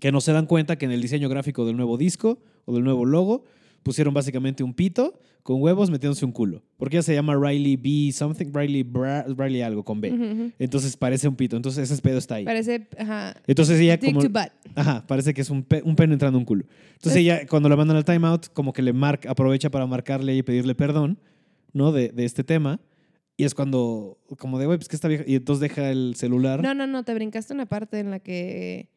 S1: que no se dan cuenta que en el diseño gráfico del nuevo disco o del nuevo logo pusieron básicamente un pito con huevos metiéndose un culo, porque ella se llama Riley B something, Riley, Bra- Riley algo con B.
S2: Ujú, ujú.
S1: Entonces parece un pito, entonces ese pedo está ahí.
S2: Parece, ajá,
S1: Entonces ella
S2: dick
S1: como...
S2: to butt.
S1: Ajá, parece que es un, pe- un pene entrando a un culo. Entonces
S2: Es-
S1: ella, cuando la mandan al timeout, como que le marca, aprovecha para marcarle y pedirle perdón, ¿no? De, de este tema. Y es cuando, como de, güey, pues que está vieja. Y entonces deja el celular.
S2: No, no, no, te brincaste una parte en la que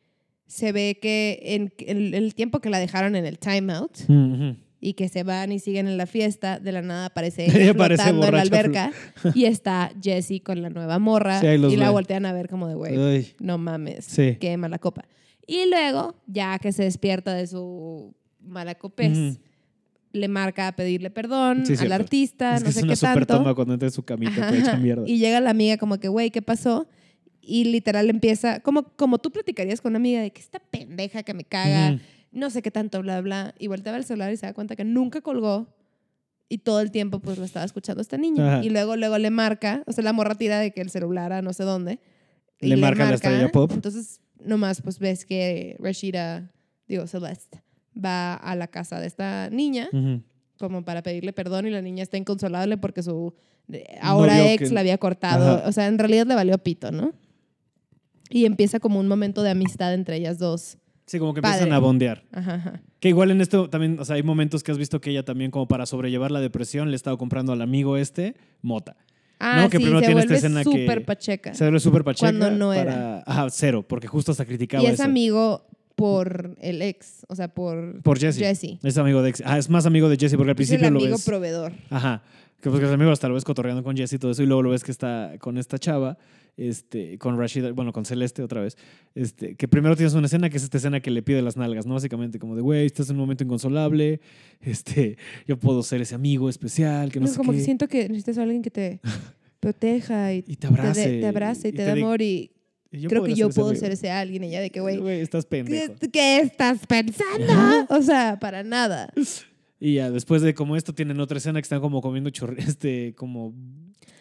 S2: se ve que en, en el tiempo que la dejaron en el timeout
S1: Mm, ujú.
S2: y que se van y siguen en la fiesta, de la nada aparece
S1: Ella
S2: ella
S1: parece
S2: flotando en la
S1: borracha,
S2: alberca y está Jessie con la nueva morra
S1: Sí, ahí los
S2: y la
S1: ve.
S2: voltean a ver como de güey,
S1: Ay,
S2: no mames,
S1: Sí.
S2: qué mala copa. Y luego, ya que se despierta de su mala copez,
S1: Ujú.
S2: le marca a pedirle perdón
S1: Sí,
S2: al
S1: cierto.
S2: artista,
S1: es que
S2: no
S1: es
S2: sé
S1: una
S2: qué
S1: super
S2: tanto.
S1: toma cuando entra en su camita,
S2: Ajá,
S1: que echa
S2: ajá.
S1: mierda.
S2: Y llega la amiga como que, güey, ¿qué pasó? Y literal empieza, como, como tú platicarías con una amiga de que esta pendeja que me caga,
S1: Ujú.
S2: no sé qué tanto, bla, bla. Y volteaba el celular y se da cuenta que nunca colgó. Y todo el tiempo, pues, lo estaba escuchando esta niña.
S1: Ajá.
S2: Y luego, luego le marca, o sea, la morra tira de que el celular a no sé dónde. y
S1: Le marca la estrella pop.
S2: Entonces, nomás, pues, ves que Rashida, digo, Celeste, va a la casa de esta niña
S1: Ujú.
S2: como para pedirle perdón y la niña está inconsolable porque su eh, ahora
S1: Novio
S2: ex
S1: que-
S2: la había cortado.
S1: Ajá.
S2: O sea, en realidad le valió pito, ¿no? Y empieza como un momento de amistad entre ellas dos.
S1: Sí, como que
S2: Padre.
S1: empiezan a bondear.
S2: Ajá, ajá.
S1: Que igual en esto también, o sea, hay momentos que has visto que ella también, como para sobrellevar la depresión, le estaba comprando al amigo este, mota.
S2: Ah,
S1: No, que
S2: sí,
S1: primero
S2: se
S1: tiene esta
S2: vuelve
S1: escena que-
S2: súper pacheca.
S1: Se ve súper pacheca.
S2: Cuando no
S1: para-
S2: era.
S1: Ajá, cero, porque justo hasta criticaba
S2: Y es
S1: eso.
S2: amigo por el ex, o sea, por,
S1: Por Jesse.
S2: Jesse.
S1: Es amigo de ex. Ah, es más amigo de Jesse porque al
S2: Es
S1: principio
S2: el
S1: lo
S2: amigo
S1: ves.
S2: proveedor.
S1: Ajá. Que porque es amigo hasta lo ves cotorreando con Jesse y todo eso. Y luego lo ves que está con esta chava, este, con Rashida, bueno, con Celeste otra vez. Este, que primero tienes una escena que es esta escena que le pide las nalgas, ¿no? Básicamente, como de güey, estás en un momento inconsolable. Este, yo puedo ser ese amigo especial, que no,
S2: No,
S1: sé
S2: como
S1: qué.
S2: que siento que necesitas a alguien que te proteja y te,
S1: Y te abrace.
S2: dé- te abrace y te, dé
S1: diga,
S2: amor y
S1: "Yo
S2: creo
S1: podría
S2: que yo
S1: ese
S2: puedo
S1: amigo".
S2: ser ese alguien. Ella de que, güey,
S1: Güey, estás pendejo.
S2: ¿Qué, qué estás pensando? O sea, para nada.
S1: Y ya después de como esto tienen otra escena que están como comiendo chorre- este como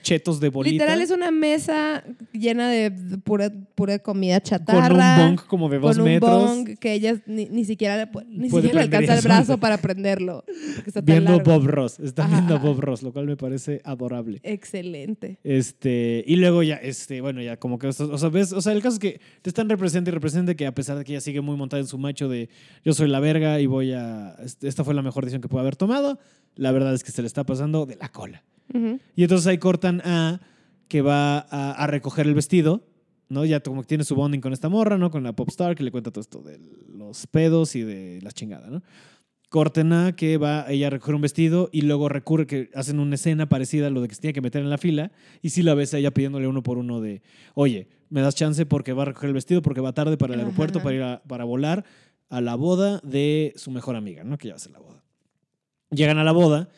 S1: chetos de bolita.
S2: Literal es una mesa llena de pura, pura comida
S1: con
S2: chatarra.
S1: un bong como de dos
S2: con un
S1: metros.
S2: bong que ellas ni, ni siquiera, ni
S1: Puede
S2: siquiera
S1: prender
S2: alcanza el
S1: eso.
S2: brazo para prenderlo. porque está tan
S1: viendo
S2: largo.
S1: Bob Ross. Están
S2: Ajá.
S1: viendo Bob Ross, lo cual me parece adorable.
S2: Excelente.
S1: Este, y luego ya, este, bueno, ya como que, o sea, ves, o sea, el caso es que te están representando y representando que a pesar de que ella sigue muy montada en su macho de yo soy la verga y voy a, este, esta fue la mejor decisión que pude haber tomado, la verdad es que se le está pasando de la cola.
S2: Ujú.
S1: Y entonces ahí cortan a que va a, a recoger el vestido, ¿no? Ya como que tiene su bonding con esta morra, ¿no? Con la popstar que le cuenta todo esto de los pedos y de la chingada, ¿no? Corten a que va ella a recoger un vestido y luego recurre que hacen una escena parecida a lo de que se tiene que meter en la fila y sí la ves a ella pidiéndole uno por uno de, oye, me das chance porque va a recoger el vestido, porque va tarde para el
S2: Ajá,
S1: aeropuerto,
S2: ajá.
S1: para ir a- para volar a la boda de su mejor amiga, ¿no? Que ya va a ser la boda. Llegan a la boda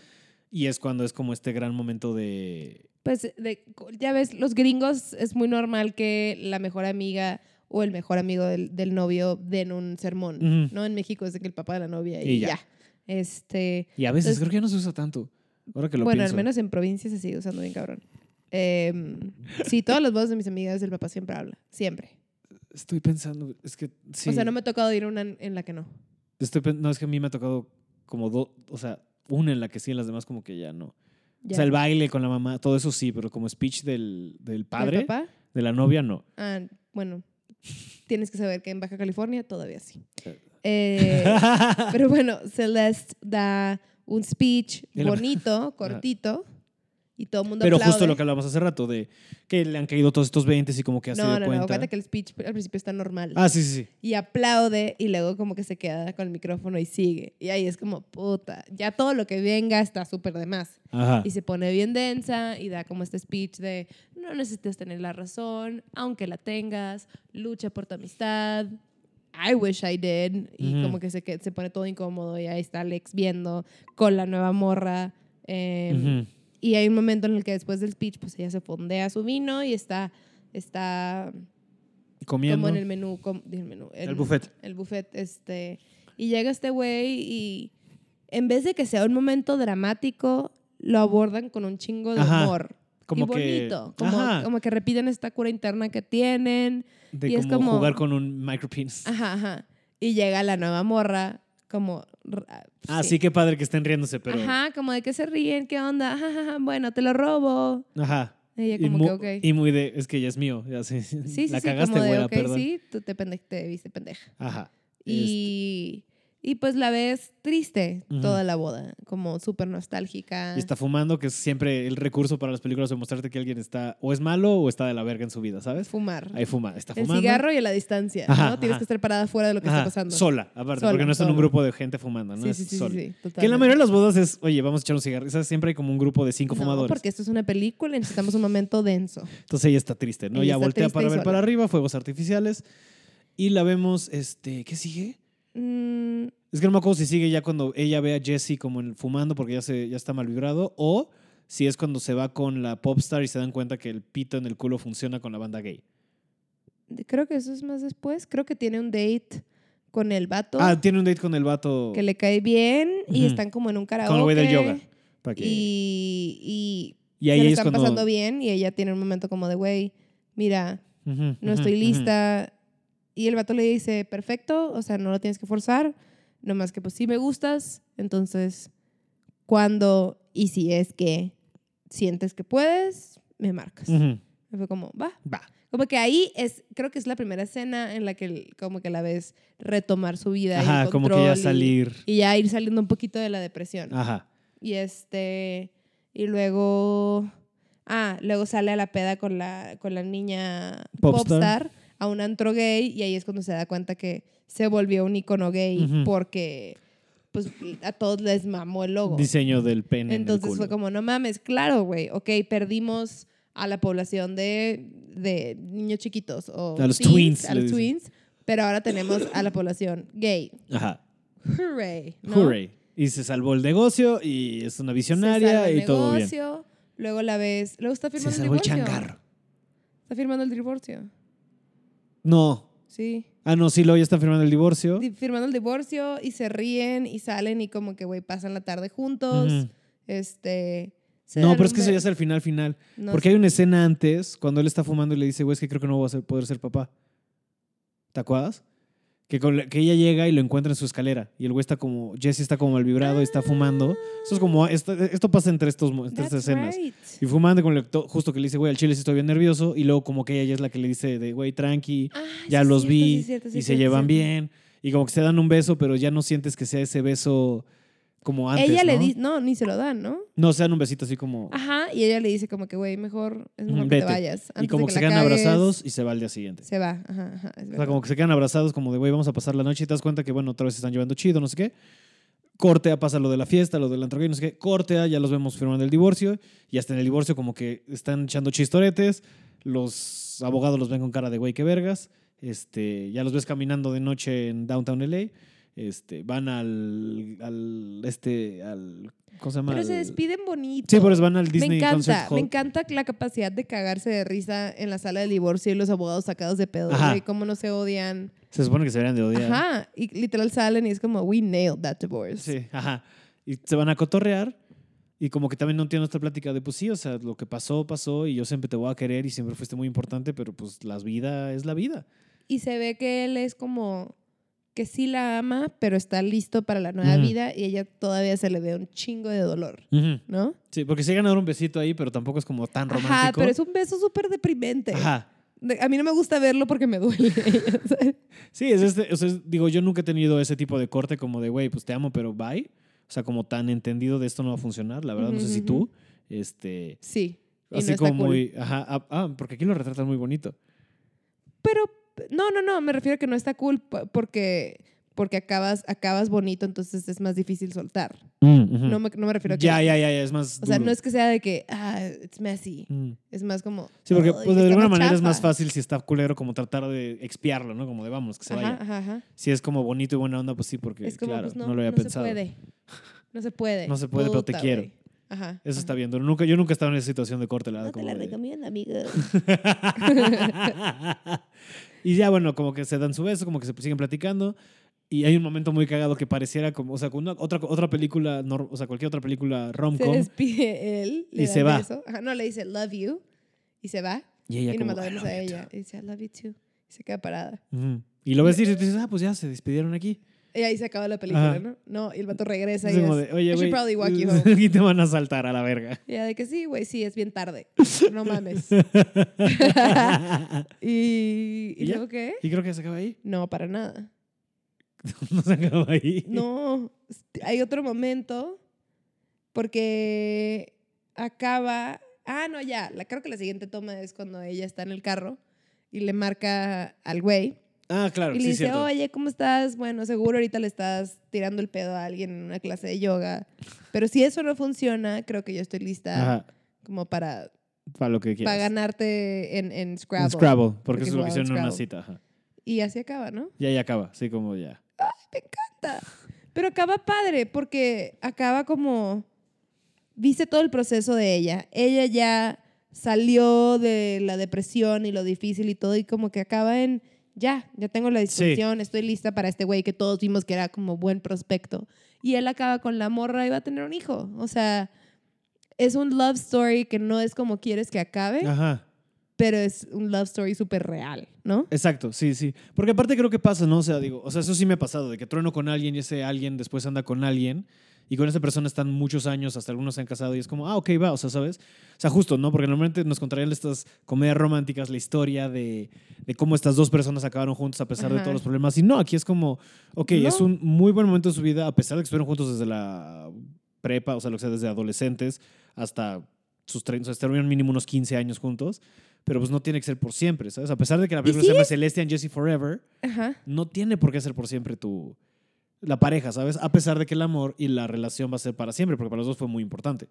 S1: y es cuando es como este gran momento de...
S2: Pues de- ya ves, los gringos es muy normal que la mejor amiga o el mejor amigo del, del novio den un sermón.
S1: Ujú.
S2: No en México es de que el papá de la novia y,
S1: Y ya.
S2: ya. Este,
S1: Y a veces
S2: Entonces-
S1: creo que ya no se usa tanto. Ahora que lo
S2: bueno,
S1: pienso.
S2: al menos en provincia se sigue usando bien cabrón. Em, sí, todas las voces de mis amigas, el papá siempre habla, siempre.
S1: Estoy pensando, es que sí.
S2: O sea, no me ha tocado ir a una en la que no.
S1: Estoy pen- no, es que a mí me ha tocado como dos, o sea, una en la que sí, en las demás como que ya no. O
S2: Ya.
S1: sea, el baile con la mamá, todo eso sí, pero como speech del, del
S2: ¿Del
S1: padre,
S2: papá?
S1: de la novia, no.
S2: Ah, bueno, tienes que saber que en Baja California todavía sí.
S1: Eh.
S2: Eh, pero bueno, Celeste da un speech
S1: Y la-
S2: bonito, cortito, Y todo el mundo
S1: Pero
S2: aplaude.
S1: justo lo que hablamos hace rato, de que le han caído todos estos 20 y como que ha sido
S2: No, no, no,
S1: cuenta.
S2: acuérdate que el speech al principio está normal.
S1: Ah, sí, sí, sí.
S2: Y aplaude y luego como que se queda con el micrófono y sigue. Y ahí es como, puta, ya todo lo que venga está súper de más.
S1: Ajá.
S2: Y se pone bien densa y da como este speech de no necesitas tener la razón, aunque la tengas, lucha por tu amistad, I wish I did. Y
S1: Ujú.
S2: como que se, que- se pone todo incómodo y ahí está Alex viendo con la nueva morra. eh,
S1: Ujú.
S2: Y hay un momento en el que después del speech, pues ella se fondea su vino y está, está
S1: Comiendo.
S2: como en el menú, com- en el menú, en-
S1: El buffet.
S2: El buffet, este, y llega este güey y en vez de que sea un momento dramático, lo abordan con un chingo de
S1: Ajá.
S2: humor.
S1: Como
S2: y bonito,
S1: que.
S2: como,
S1: Ajá.
S2: como que repiten esta cura interna que tienen.
S1: de
S2: y es
S1: como
S2: como-
S1: jugar con un micropenis.
S2: Ajá, ajá. Y llega la nueva morra, como... ra-
S1: Ah, sí, qué padre que estén riéndose, pero. Ajá.
S2: Ajá, como de que se ríen, qué onda, ajá, ajá, ajá, bueno, te lo robo. Ella
S1: Y,
S2: como
S1: mu-
S2: que, ok.
S1: y muy de, es que ya es mío. ya sí, sí,
S2: sí, sí,
S1: la
S2: sí,
S1: cagaste,
S2: como de,
S1: güera,
S2: ok,
S1: perdón.
S2: sí, tú te, pende- te viste pendeja.
S1: Ajá. Este,
S2: Y, y pues la ves triste
S1: Ujú.
S2: toda la boda, como súper nostálgica.
S1: Este, y está fumando, que es siempre el recurso para las películas de mostrarte que alguien está o es malo o está de la verga en su vida, ¿sabes?
S2: Fumar.
S1: Ahí fuma, está
S2: el
S1: fumando.
S2: cigarro y a la distancia,
S1: Ajá,
S2: ¿no? Tienes
S1: ajá.
S2: que estar parada fuera de lo que
S1: Ajá,
S2: está pasando.
S1: Sola, aparte,
S2: Sola,
S1: porque no está en un
S2: sola.
S1: grupo de gente fumando, ¿no?
S2: Sí,
S1: es
S2: sí, sí,
S1: sola.
S2: sí, sí,
S1: Que en la mayoría
S2: totalmente.
S1: de las bodas es, oye, vamos a echar un cigarro. ¿Sabes? Siempre hay como un grupo de cinco
S2: No,
S1: fumadores.
S2: porque esto es una película y necesitamos un momento denso.
S1: Entonces ella está triste, ¿no? ya
S2: Ella está
S1: voltea
S2: triste
S1: para
S2: y
S1: ver
S2: sola.
S1: para arriba, fuegos artificiales. Y la vemos, este, ¿qué sigue?
S2: Mm,
S1: Es que no me acuerdo si sigue ya cuando ella ve a Jesse como en- fumando porque ya, se, ya está mal vibrado. O si es cuando se va con la popstar y se dan cuenta que el pito en el culo funciona con la banda gay.
S2: creo que eso es más después. Creo que tiene un date con el vato
S1: Ah, tiene un date con el vato.
S2: que le cae bien y
S1: Ujú.
S2: están como en un karaoke.
S1: Con el güey del yoga. para que-
S2: Y, y
S1: y
S2: se
S1: ahí
S2: le
S1: es
S2: están
S1: cuando.
S2: pasando bien y ella tiene un momento como de, güey, mira,
S1: Ujú,
S2: no
S1: ujú,
S2: estoy
S1: ujú.
S2: lista. Y el vato le dice, perfecto, o sea, no lo tienes que forzar, nomás que pues sí me gustas, entonces, cuando y si es que sientes que puedes, me marcas.
S1: Ujú,
S2: Y fue como, va.
S1: Va.
S2: Como que ahí es, creo que es la primera escena en la que el- como que la ves retomar su vida. y
S1: Ajá,
S2: el
S1: como que
S2: control
S1: ya
S2: y-
S1: salir.
S2: Y, ya ir saliendo un poquito de la depresión.
S1: Ajá.
S2: Y este. Y luego. Ah, luego sale a la peda con la, con la niña
S1: Popstar.
S2: popstar. a un antro gay. Y ahí es cuando se da cuenta que se volvió un icono gay
S1: Ujú.
S2: porque pues a todos les mamó el logo.
S1: Diseño del pene. en
S2: Entonces
S1: el
S2: fue
S1: culo.
S2: como, no mames, claro, güey. Ok, perdimos a la población de, de niños chiquitos. O
S1: A los twins,
S2: A
S1: le
S2: los
S1: dicen.
S2: twins. Pero ahora tenemos a la población gay.
S1: Ajá.
S2: Hooray. ¿no?
S1: Hooray. Y se salvó el negocio y es una
S2: Se
S1: visionaria
S2: salva el
S1: y todo bien.
S2: negocio, Luego la ves. Luego está
S1: Se
S2: firmando el
S1: salvó el
S2: divorcio.
S1: changarro.
S2: Está firmando el divorcio.
S1: No.
S2: Sí.
S1: Ah, no, sí, luego ya están firmando el divorcio.
S2: Di- Firmando el divorcio y se ríen y salen y como que, güey, pasan la tarde juntos.
S1: Ujú.
S2: Este. se
S1: No,
S2: dan
S1: pero
S2: un
S1: es que eso
S2: be-
S1: ya es al final, final.
S2: no
S1: Porque
S2: sé.
S1: hay una escena antes, cuando él está fumando y le dice, güey, es que creo que no voy a ser- poder ser papá. ¿Te acuerdas? Que, con la- que ella llega y lo encuentra en su escalera. Y el güey está como, Jesse está como mal vibrado y
S2: Ah,
S1: está fumando. Esto es como, esto, esto pasa entre, estos, mo- entre
S2: That's
S1: estas escenas.
S2: right.
S1: Y fumando con el to- justo que le dice, güey, al chile sí estoy bien nervioso. Y luego como que ella ya es la que le dice de, güey, tranqui,
S2: Ah,
S1: ya
S2: sí,
S1: los
S2: cierto,
S1: vi
S2: sí, cierto, sí,
S1: y se
S2: cierto,
S1: llevan
S2: cierto.
S1: bien. Y como que se dan un beso, pero ya no sientes que sea ese beso como antes,
S2: ella le
S1: ¿no?
S2: dice, no, ni se lo dan, ¿no?
S1: No, se dan un besito así como...
S2: Ajá, y ella le dice como que, güey, mejor es mejor
S1: Ujú,
S2: que
S1: vete.
S2: te vayas.
S1: y
S2: antes
S1: como que,
S2: de que
S1: se
S2: la
S1: quedan
S2: cagues".
S1: abrazados y se va al día siguiente.
S2: Se va, ajá, ajá.
S1: O
S2: es
S1: sea,
S2: verdad.
S1: como que se quedan abrazados como de, güey, vamos a pasarla noche y te das cuenta que, bueno, otra vez se están llevando chido, no sé qué. Corte a pasa lo de la fiesta, lo del antro gay, no sé qué. Corte a, ya los vemos firmando el divorcio. Y hasta en el divorcio como que están echando chistoretes. Los abogados los ven con cara de, güey, qué vergas. Este, ya los ves caminando de noche en Downtown LA. Este, van al, al, este, al, ¿cómo se llama?
S2: Pero se
S1: Al-
S2: despiden bonito.
S1: Sí, pero van al Disney
S2: me encanta,
S1: Concert
S2: me
S1: Hall.
S2: encanta la capacidad de cagarse de risa en la sala del divorcio y los abogados sacados de pedo,
S1: Ajá.
S2: güey, cómo no se odian.
S1: Se supone que se deberían de odiar.
S2: Ajá, y literal salen y es como, we nailed that divorce.
S1: Sí, ajá. Y se van a cotorrear. Y como que también no entiendo esta plática de, pues sí, o sea, lo que pasó, pasó. Y yo siempre te voy a querer y siempre fuiste muy importante, pero pues la vida es la vida.
S2: Y se ve que él es como que sí la ama, pero está listo para la nueva
S1: Ujú.
S2: vida y ella todavía se le ve un chingo de dolor, ¿no?
S1: Sí, porque sí ganaron un besito ahí, pero tampoco es como tan romántico.
S2: Ajá, pero es un beso súper deprimente.
S1: Ajá.
S2: De- A mí no me gusta verlo porque me duele. ¿sabes?
S1: Sí, es este, o sea, es- digo, yo nunca he tenido ese tipo de corte como de, güey, pues te amo, pero bye. O sea, como tan entendido de esto no va a funcionar, la verdad, no
S2: Ujú,
S1: sé si
S2: ujú.
S1: tú. Este,
S2: Sí. Y
S1: así
S2: no está
S1: como
S2: cool.
S1: muy. Ajá, ah, ah, porque aquí lo retratan muy bonito.
S2: Pero, no, no, no, me refiero a que no está cool p- porque, porque acabas, acabas bonito, entonces es más difícil soltar. No, me, no me refiero a que...
S1: ya, ya, ya, ya, es más.
S2: O sea,
S1: duro.
S2: no es que sea de que, ah, it's messy.
S1: Mm.
S2: Es más como...
S1: Sí, porque
S2: "Ay,
S1: pues, de
S2: está
S1: alguna
S2: más
S1: manera es más
S2: chafa".
S1: fácil si está culero como tratar de expiarlo, ¿no? Como de vamos, que se vaya.
S2: Ajá, ajá, ajá.
S1: Si es como bonito y buena onda, pues sí, porque
S2: Es como,
S1: claro,
S2: pues no,
S1: no, lo había
S2: no
S1: pensado.
S2: se puede. No se puede.
S1: No se puede, pero te
S2: Puta,
S1: quiero.
S2: güey. Ajá.
S1: Eso está
S2: ajá.
S1: bien. duro. Nunca, yo nunca he estado en esa situación de corte, la verdad,
S3: No te
S1: como
S3: la
S1: de-
S3: recomiendo, amigo.
S1: y ya, bueno, como que se dan su beso, como que se siguen platicando. Y hay un momento muy cagado que pareciera como, o sea, con una- otra, otra película, nor- o sea, cualquier otra película
S2: Se
S1: rom-com.
S2: despide él. le
S1: Y
S2: da
S1: se
S2: un
S1: va.
S2: beso. Ajá, no, le dice love you. Y se va.
S1: Y ella
S2: y
S1: como,
S2: nomás la
S1: "I
S2: vemos
S1: love
S2: a
S1: you
S2: ella. Y dice, I love you too. Y se queda parada.
S1: too". Ujú. Y lo ves ir y tú dices, ah, pues ya se despidieron aquí.
S2: Y ahí se acaba la película,
S1: Ajá.
S2: ¿no? No, y el vato regresa
S1: Es
S2: y Pues es,
S1: como de, oye,
S2: "I should
S1: güey,
S2: probably walk you home".
S1: aquí te van a saltar a la verga.
S2: Y ella de que sí, güey, sí, es bien tarde. No mames. ¿Y,
S1: ¿Y
S2: ¿y
S1: ya?
S2: luego qué?
S1: y creo que se acaba ahí.
S2: No, para nada.
S1: no se acaba ahí.
S2: No, este, hay otro momento porque acaba... Ah, no, ya. La, creo que la siguiente toma es cuando ella está en el carro y le marca al güey.
S1: Ah, claro,
S2: y le
S1: sí,
S2: dice,
S1: cierto.
S2: oye, ¿cómo estás? Bueno, seguro ahorita le estás tirando el pedo a alguien en una clase de yoga. Pero si eso no funciona, creo que yo estoy lista
S1: Ajá,
S2: como para,
S1: para lo que quieras.
S2: para ganarte en, en
S1: Un
S2: Scrabble.
S1: Scrabble, porque,
S2: Porque
S1: eso es lo que
S2: jugaban
S1: hicieron en una
S2: Scrabble.
S1: cita. Ajá.
S2: Y así acaba, ¿no?
S1: Y ahí acaba, así como ya.
S2: Ta- Pero acaba padre, porque acaba como... Viste todo el proceso de ella. Ella ya salió de la depresión y lo difícil y todo, y como que acaba en... Ya, ya tengo la disposición, estoy lista para este güey que todos vimos que era como buen prospecto. Y él acaba con la morra y va a tener un hijo. O sea, es un love story que no es como quieres que acabe,
S1: Ajá.
S2: pero es un love story súper real, ¿no?
S1: Exacto, sí, sí. Porque aparte creo que pasa, ¿no? O sea, digo, o sea, eso sí me ha pasado, de que trueno con alguien y ese alguien después anda con alguien y con esa persona están muchos años, hasta algunos se han casado y es como, ah, ok, va, o sea, ¿sabes? O sea, justo, ¿no? Porque normalmente nos contrarían estas comedias románticas la historia de, de cómo estas dos personas acabaron juntos a pesar de
S2: Ajá.
S1: todos los problemas. Y no, aquí es como, ok,
S2: No.
S1: es un muy buen momento de su vida, a pesar de que estuvieron juntos desde la prepa, o sea, lo que sea, desde adolescentes hasta sus 30, o sea, estuvieron mínimo unos 15 años juntos, pero pues no tiene que ser por siempre, ¿sabes? A pesar de que la película se llama Celeste and Jesse Forever,
S2: Ajá.
S1: no tiene por qué ser por siempre tu la pareja, ¿sabes? A pesar de que el amor y la relación va a ser para siempre, porque para los dos fue muy importante.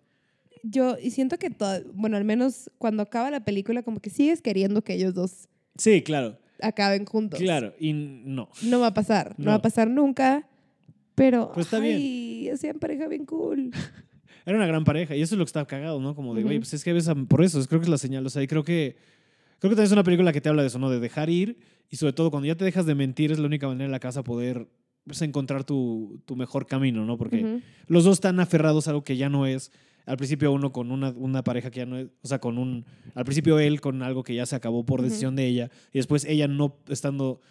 S2: Yo y siento que, to- bueno, al menos cuando acaba la película, como que sigues queriendo que ellos dos
S1: Sí, claro.
S2: acaben juntos.
S1: Claro, y no.
S2: No va a pasar, no,
S1: No.
S2: va a pasar nunca, pero
S1: Pero está
S2: ay, hacían pareja bien cool.
S1: Era una gran pareja y eso es lo que está cagado, ¿no? Como de, güey,
S2: Ujú.
S1: pues es que a veces por eso, es- creo que es la señal, o sea, y creo que creo que también es una película que te habla de eso, ¿no? De dejar ir y sobre todo cuando ya te dejas de mentir es la única manera en la casa poder pues, encontrar tu, tu mejor camino, ¿no? Porque
S2: Ujú.
S1: los dos están aferrados a algo que ya no es. Al principio uno con una, una pareja que ya no es, o sea, con un, al principio él con algo que ya se acabó por
S2: Ujú.
S1: decisión de ella y después ella no estando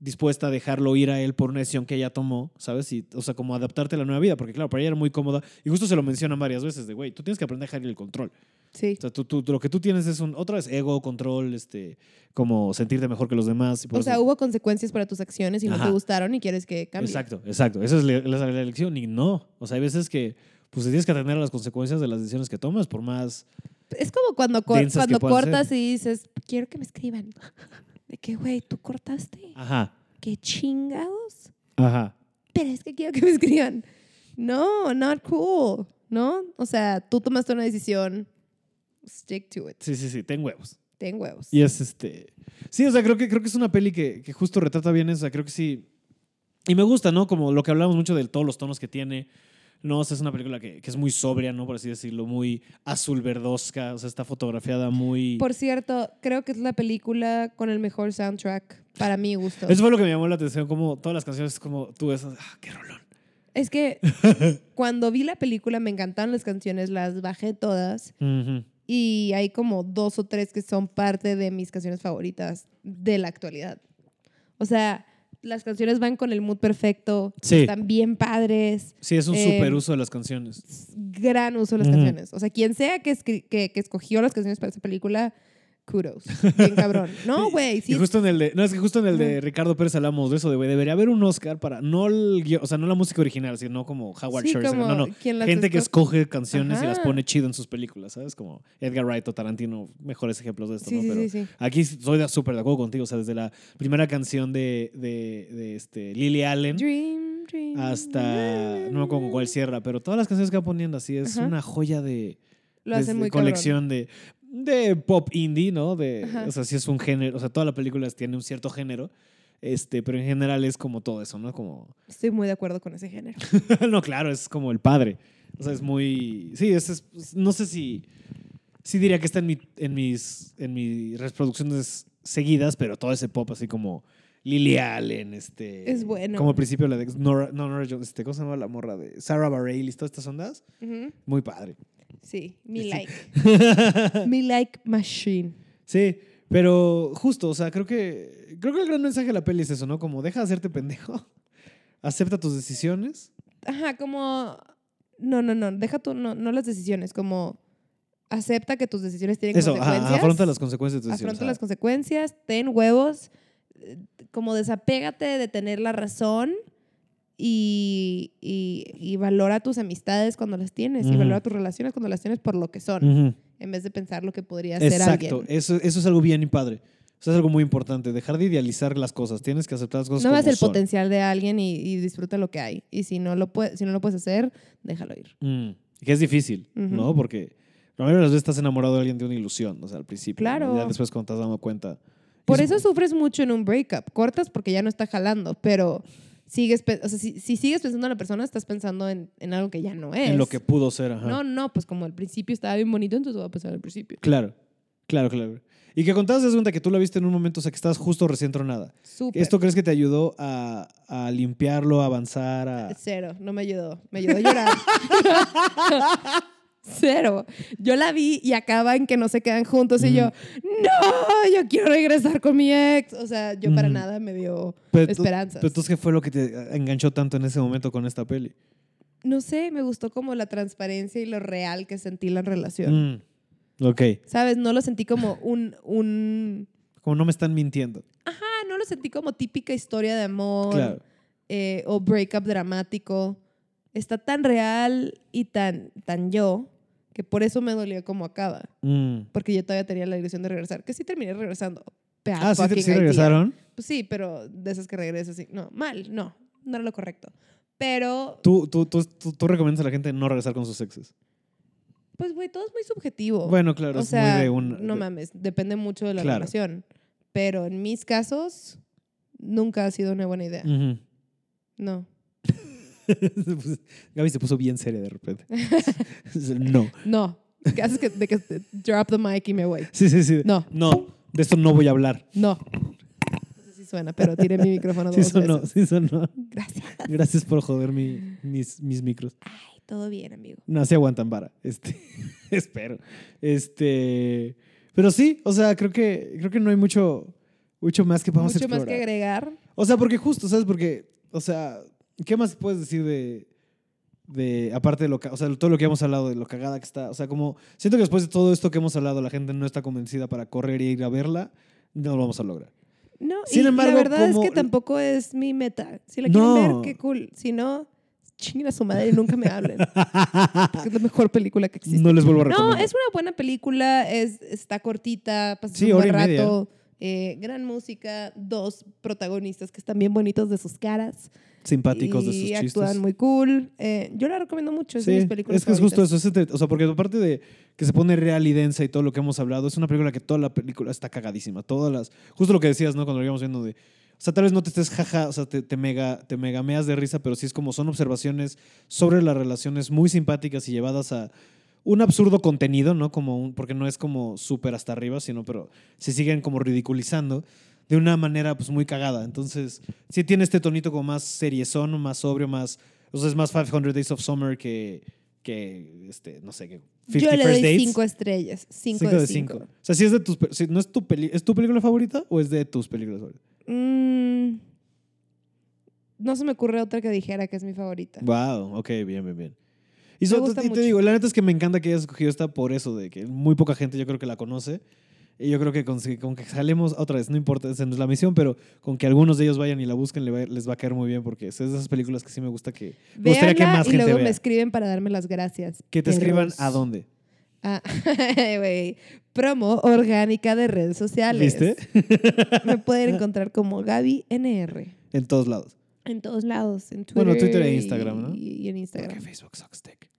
S1: dispuesta a dejarlo ir a él por una decisión que ella tomó, ¿sabes? Y, o sea, como adaptarte a la nueva vida, porque claro, para ella era muy cómoda y justo se lo mencionan varias veces de, güey, tú tienes que aprender a dejar ir el control.
S2: Sí.
S1: O sea, tú, tú- tú- lo que tú tienes es un, otra vez, ego, control, este, como sentirte mejor que los demás. y por
S2: O
S1: eso-
S2: sea, hubo consecuencias para tus acciones y no
S1: pues, Ajá.
S2: te gustaron y quieres que cambie.
S1: Exacto, exacto. Esa es la, la- la elección y no. O sea, hay veces que pues te tienes que atender a las consecuencias de las decisiones que tomas, por más...
S2: Es como cuando, cor-
S1: Densas que
S2: cuando
S1: puedan
S2: cortas y dices, quiero que me escriban. De que, güey, tú cortaste.
S1: Ajá,
S2: Qué chingados.
S1: ajá.
S2: pero es que quiero que me escriban. No, not cool, ¿no? O sea, tú tomaste una decisión, stick to it,
S1: Sí, sí, sí, ten huevos.
S2: ten huevos.
S1: Y es este... Sí, o sea, creo que, creo que es una peli que, que justo retrata bien eso. O sea, creo que sí... Y me gusta, ¿no? Como lo que hablamos mucho de todos los tonos que tiene. No, o sea, es una película que, que es muy sobria, ¿no? Por así decirlo, muy azul verdosca. O sea, está fotografiada muy...
S2: Por cierto, creo que es la película con el mejor soundtrack para mi gusto.
S1: Eso fue lo que me llamó la atención, como todas las canciones, como tú esas, ah, qué rolón.
S2: Es que cuando vi la película me encantaron las canciones, las bajé todas
S1: Ujú.
S2: y hay como dos o tres que son parte de mis canciones favoritas de la actualidad. O sea, las canciones van con el mood perfecto,
S1: Sí.
S2: están bien padres.
S1: Sí, es un
S2: Eh,
S1: super uso de las canciones.
S2: gran uso de las
S1: Ujú.
S2: canciones. O sea, quien sea que, escri- que, que escogió las canciones para esta película, kudos. Bien cabrón. No, güey.
S1: Y
S2: Sí,
S1: justo en el de, no, es que justo en el de Ricardo Pérez hablamos de eso, de güey, debería haber un Oscar para, no el guio- o sea, no la música original, sino como Howard
S2: sí,
S1: Shore,
S2: como
S1: no, no,
S2: quien las
S1: gente que
S2: escoge.
S1: escoge canciones y las
S2: Ajá.
S1: pone chido en sus películas, ¿sabes? Como Edgar Wright o Tarantino, mejores ejemplos de esto,
S2: Sí,
S1: ¿no?
S2: sí,
S1: Pero
S2: sí, sí.
S1: aquí soy de- súper de acuerdo contigo, o sea, desde la primera canción de, de, de, este, Lily Allen
S2: Dream, dream.
S1: hasta, no me acuerdo con cuál cierra, pero todas las canciones que va poniendo así es
S2: Ajá.
S1: una joya de,
S2: Lo hace
S1: desde
S2: muy cabrón.
S1: colección de, de pop indie, ¿no? De,
S2: Ajá.
S1: o sea, sí es un género, o sea, toda la película tiene un cierto género, este, pero en general es como todo eso, ¿no? Como,
S2: Estoy muy de acuerdo con ese género.
S1: no, claro, es como el padre. O sea, es muy, sí, es, es- no sé si, sí diría que está en, mi, en, mis, en mis reproducciones seguidas, pero todo ese pop así como Lily Allen, este.
S2: Es bueno.
S1: Como al principio la de Nora, no, Nora Jones, este, ¿cómo se llama la morra de Sarah Bareilles, todas estas ondas?
S2: Ujú.
S1: Muy padre.
S2: Sí, mi like. mi like machine.
S1: Sí, pero justo, o sea, creo que creo que el gran mensaje de la peli es eso, ¿no? Como deja de hacerte pendejo, acepta tus decisiones.
S2: Ajá, como. No, no, no. Deja tú, no, no las decisiones. Como. Acepta que tus decisiones tienen
S1: Eso, ajá,
S2: consecuencias.
S1: afronta las consecuencias de tus decisiones.
S2: afronta las
S1: ajá.
S2: consecuencias, ten huevos, eh, como desapégate de tener la razón y, y- y valora tus amistades cuando las tienes y
S1: Ujú.
S2: valora tus relaciones cuando las tienes por lo que son,
S1: Ujú.
S2: en vez de pensar lo que podría ser
S1: Exacto,
S2: alguien.
S1: eso, eso es algo bien y padre. Eso es algo muy importante, dejar de idealizar las cosas. Tienes que aceptar las cosas
S2: No
S1: como
S2: veas el
S1: son.
S2: potencial de alguien y, y disfruta lo que hay. Y si no lo, pue- si no lo puedes hacer, déjalo ir.
S1: Mm, Que es difícil,
S2: Ujú.
S1: ¿no? Porque la mayoría de las veces estás enamorado de alguien de una ilusión, o sea, al principio. ¿no?
S2: Claro.
S1: Ya después cuando te has dado cuenta.
S2: Por
S1: es-
S2: eso sufres mucho en un breakup. Cortas porque ya no está jalando, pero sigues, pe- o sea, si, si sigues pensando en la persona, estás pensando en, en algo que ya no es.
S1: En lo que pudo ser, ajá.
S2: No, no, pues como al principio estaba bien bonito, entonces voy a pasar al principio.
S1: Claro, claro, claro. Y que contabas de cuenta que tú la viste en un momento, o sea, que estabas justo recién tronada.
S2: Súper.
S1: ¿Esto crees que te ayudó a, a limpiarlo, a avanzar? A...
S2: Cero, no me ayudó. Me ayudó a llorar. Cero. Yo la vi y acaban que no se quedan juntos y yo, no, yo quiero regresar con mi ex. O sea, yo para
S1: Ujú.
S2: nada me dio
S1: Pero tú-
S2: esperanzas.
S1: pero entonces, ¿qué fue lo que te enganchó tanto en ese momento con esta peli?
S2: no sé, me gustó como la transparencia y lo real que sentí la relación.
S1: Mm, Ok,
S2: ¿Sabes? No lo sentí como un, un...
S1: como no me están mintiendo.
S2: Ah, no lo sentí como típica historia de amor.
S1: Claro.
S2: eh, o breakup dramático. Está tan real y tan, tan yo que por eso me dolió como acaba.
S1: Mm.
S2: Porque yo todavía tenía la ilusión de regresar. Que sí terminé regresando. Bad
S1: Ah, sí, te-
S2: fucking
S1: sí
S2: idea.
S1: regresaron.
S2: Pues sí, pero de esas que regresas así. No, mal, no. No era lo correcto. Pero,
S1: ¿Tú, tú, tú, tú, tú recomiendas a la gente no regresar con sus exes.
S2: pues güey, todo es muy subjetivo.
S1: Bueno, claro,
S2: Oh, o
S1: es
S2: sea,
S1: muy de un.
S2: no
S1: de-
S2: mames. Depende mucho de la
S1: Claro.
S2: relación. Pero en mis casos, nunca ha sido una buena idea.
S1: Ujú.
S2: No.
S1: Pues, Gaby se puso bien seria de repente. no.
S2: No. ¿Qué haces que, de que drop the mic y me voy?
S1: Sí, sí, sí.
S2: No.
S1: No, de esto no voy a hablar.
S2: No. No sé si suena, pero tiré mi micrófono
S1: Sí,
S2: dos
S1: eso no,
S2: veces.
S1: sí, eso no.
S2: Gracias.
S1: Gracias por joder mi- mis, mis micros.
S2: Ay, todo bien, amigo.
S1: No, sí aguantan vara. Este, espero. Este. Pero sí, o sea, creo que, creo que no hay mucho, mucho más que podamos
S2: Mucho más
S1: explorar.
S2: que agregar.
S1: o sea, porque justo, ¿sabes? Porque, o sea, ¿qué más puedes decir de. de aparte de lo ca- o sea, todo lo que hemos hablado, de lo cagada que está. O sea, como. Siento que después de todo esto que hemos hablado, la gente no está convencida para correr y ir a verla. No lo vamos a lograr.
S2: No,
S1: Sin
S2: y
S1: embargo,
S2: la verdad es
S1: como-
S2: que tampoco es mi meta. Si la
S1: No.
S2: quieren ver, qué cool. Si no, chinguen a su madre y nunca me hablen. Porque es la mejor película que existe.
S1: No les vuelvo a
S2: No,
S1: recomendar.
S2: es una buena película. Es, está cortita, pasas
S1: Sí,
S2: un buen
S1: hora y media.
S2: rato. eh, gran música, dos protagonistas que están bien bonitos de sus caras
S1: Simpáticos de sus
S2: y
S1: chistes.
S2: actúan muy cool. Eh, yo la recomiendo mucho, es de
S1: Sí,
S2: mis películas
S1: es que es justo
S2: favoritas.
S1: eso. es entre- o sea, porque aparte de que se pone real y densa y todo lo que hemos hablado, es una película que toda la película está cagadísima. Todas las. Justo lo que decías, ¿no? Cuando lo íbamos viendo de. O sea, tal vez no te estés jaja, o sea, te, te mega, te megameas de risa, pero sí es como son observaciones sobre las relaciones muy simpáticas y llevadas a un absurdo contenido, ¿no? Como un, porque no es como súper hasta arriba, sino, pero se siguen como ridiculizando de una manera pues muy cagada. Entonces, sí tiene este tonito como más seriezón, más sobrio, más... O sea, es más 500 Days of Summer que, que este, no sé, que 50
S2: Yo le
S1: First
S2: doy
S1: Dates.
S2: cinco estrellas. Cinco,
S1: Cinco
S2: de cinco.
S1: cinco. O sea, si es de tus... pe- si ¿No es tu, peli, es tu película favorita o es de tus películas favoritas?
S2: Mm, no se me ocurre otra que dijera que es mi favorita.
S1: Wow, ok, bien, bien, bien. Y,
S2: Me
S1: so-
S2: gusta
S1: y te
S2: mucho.
S1: digo, la neta es que me encanta que hayas escogido esta por eso, de que muy poca gente yo creo que la conoce. Y yo creo que con, si- con que salemos otra vez, no importa, esa no es la misión, pero con que algunos de ellos vayan y la busquen le va- les va a caer muy bien porque es de esas películas que sí me gusta que... Me gustaría que
S2: Véanla
S1: más
S2: y
S1: gente
S2: luego me
S1: vea.
S2: escriben para darme las gracias.
S1: Que te
S2: perros.
S1: escriban a dónde.
S2: Ah, güey. Promo orgánica de redes sociales.
S1: ¿Viste?
S2: Me pueden encontrar como Gaby NR.
S1: en todos lados.
S2: En todos lados, en Twitter.
S1: Bueno, Twitter e
S2: y-
S1: Instagram, ¿no?
S2: Y en
S1: Porque
S2: Instagram.
S1: Facebook sucks dick.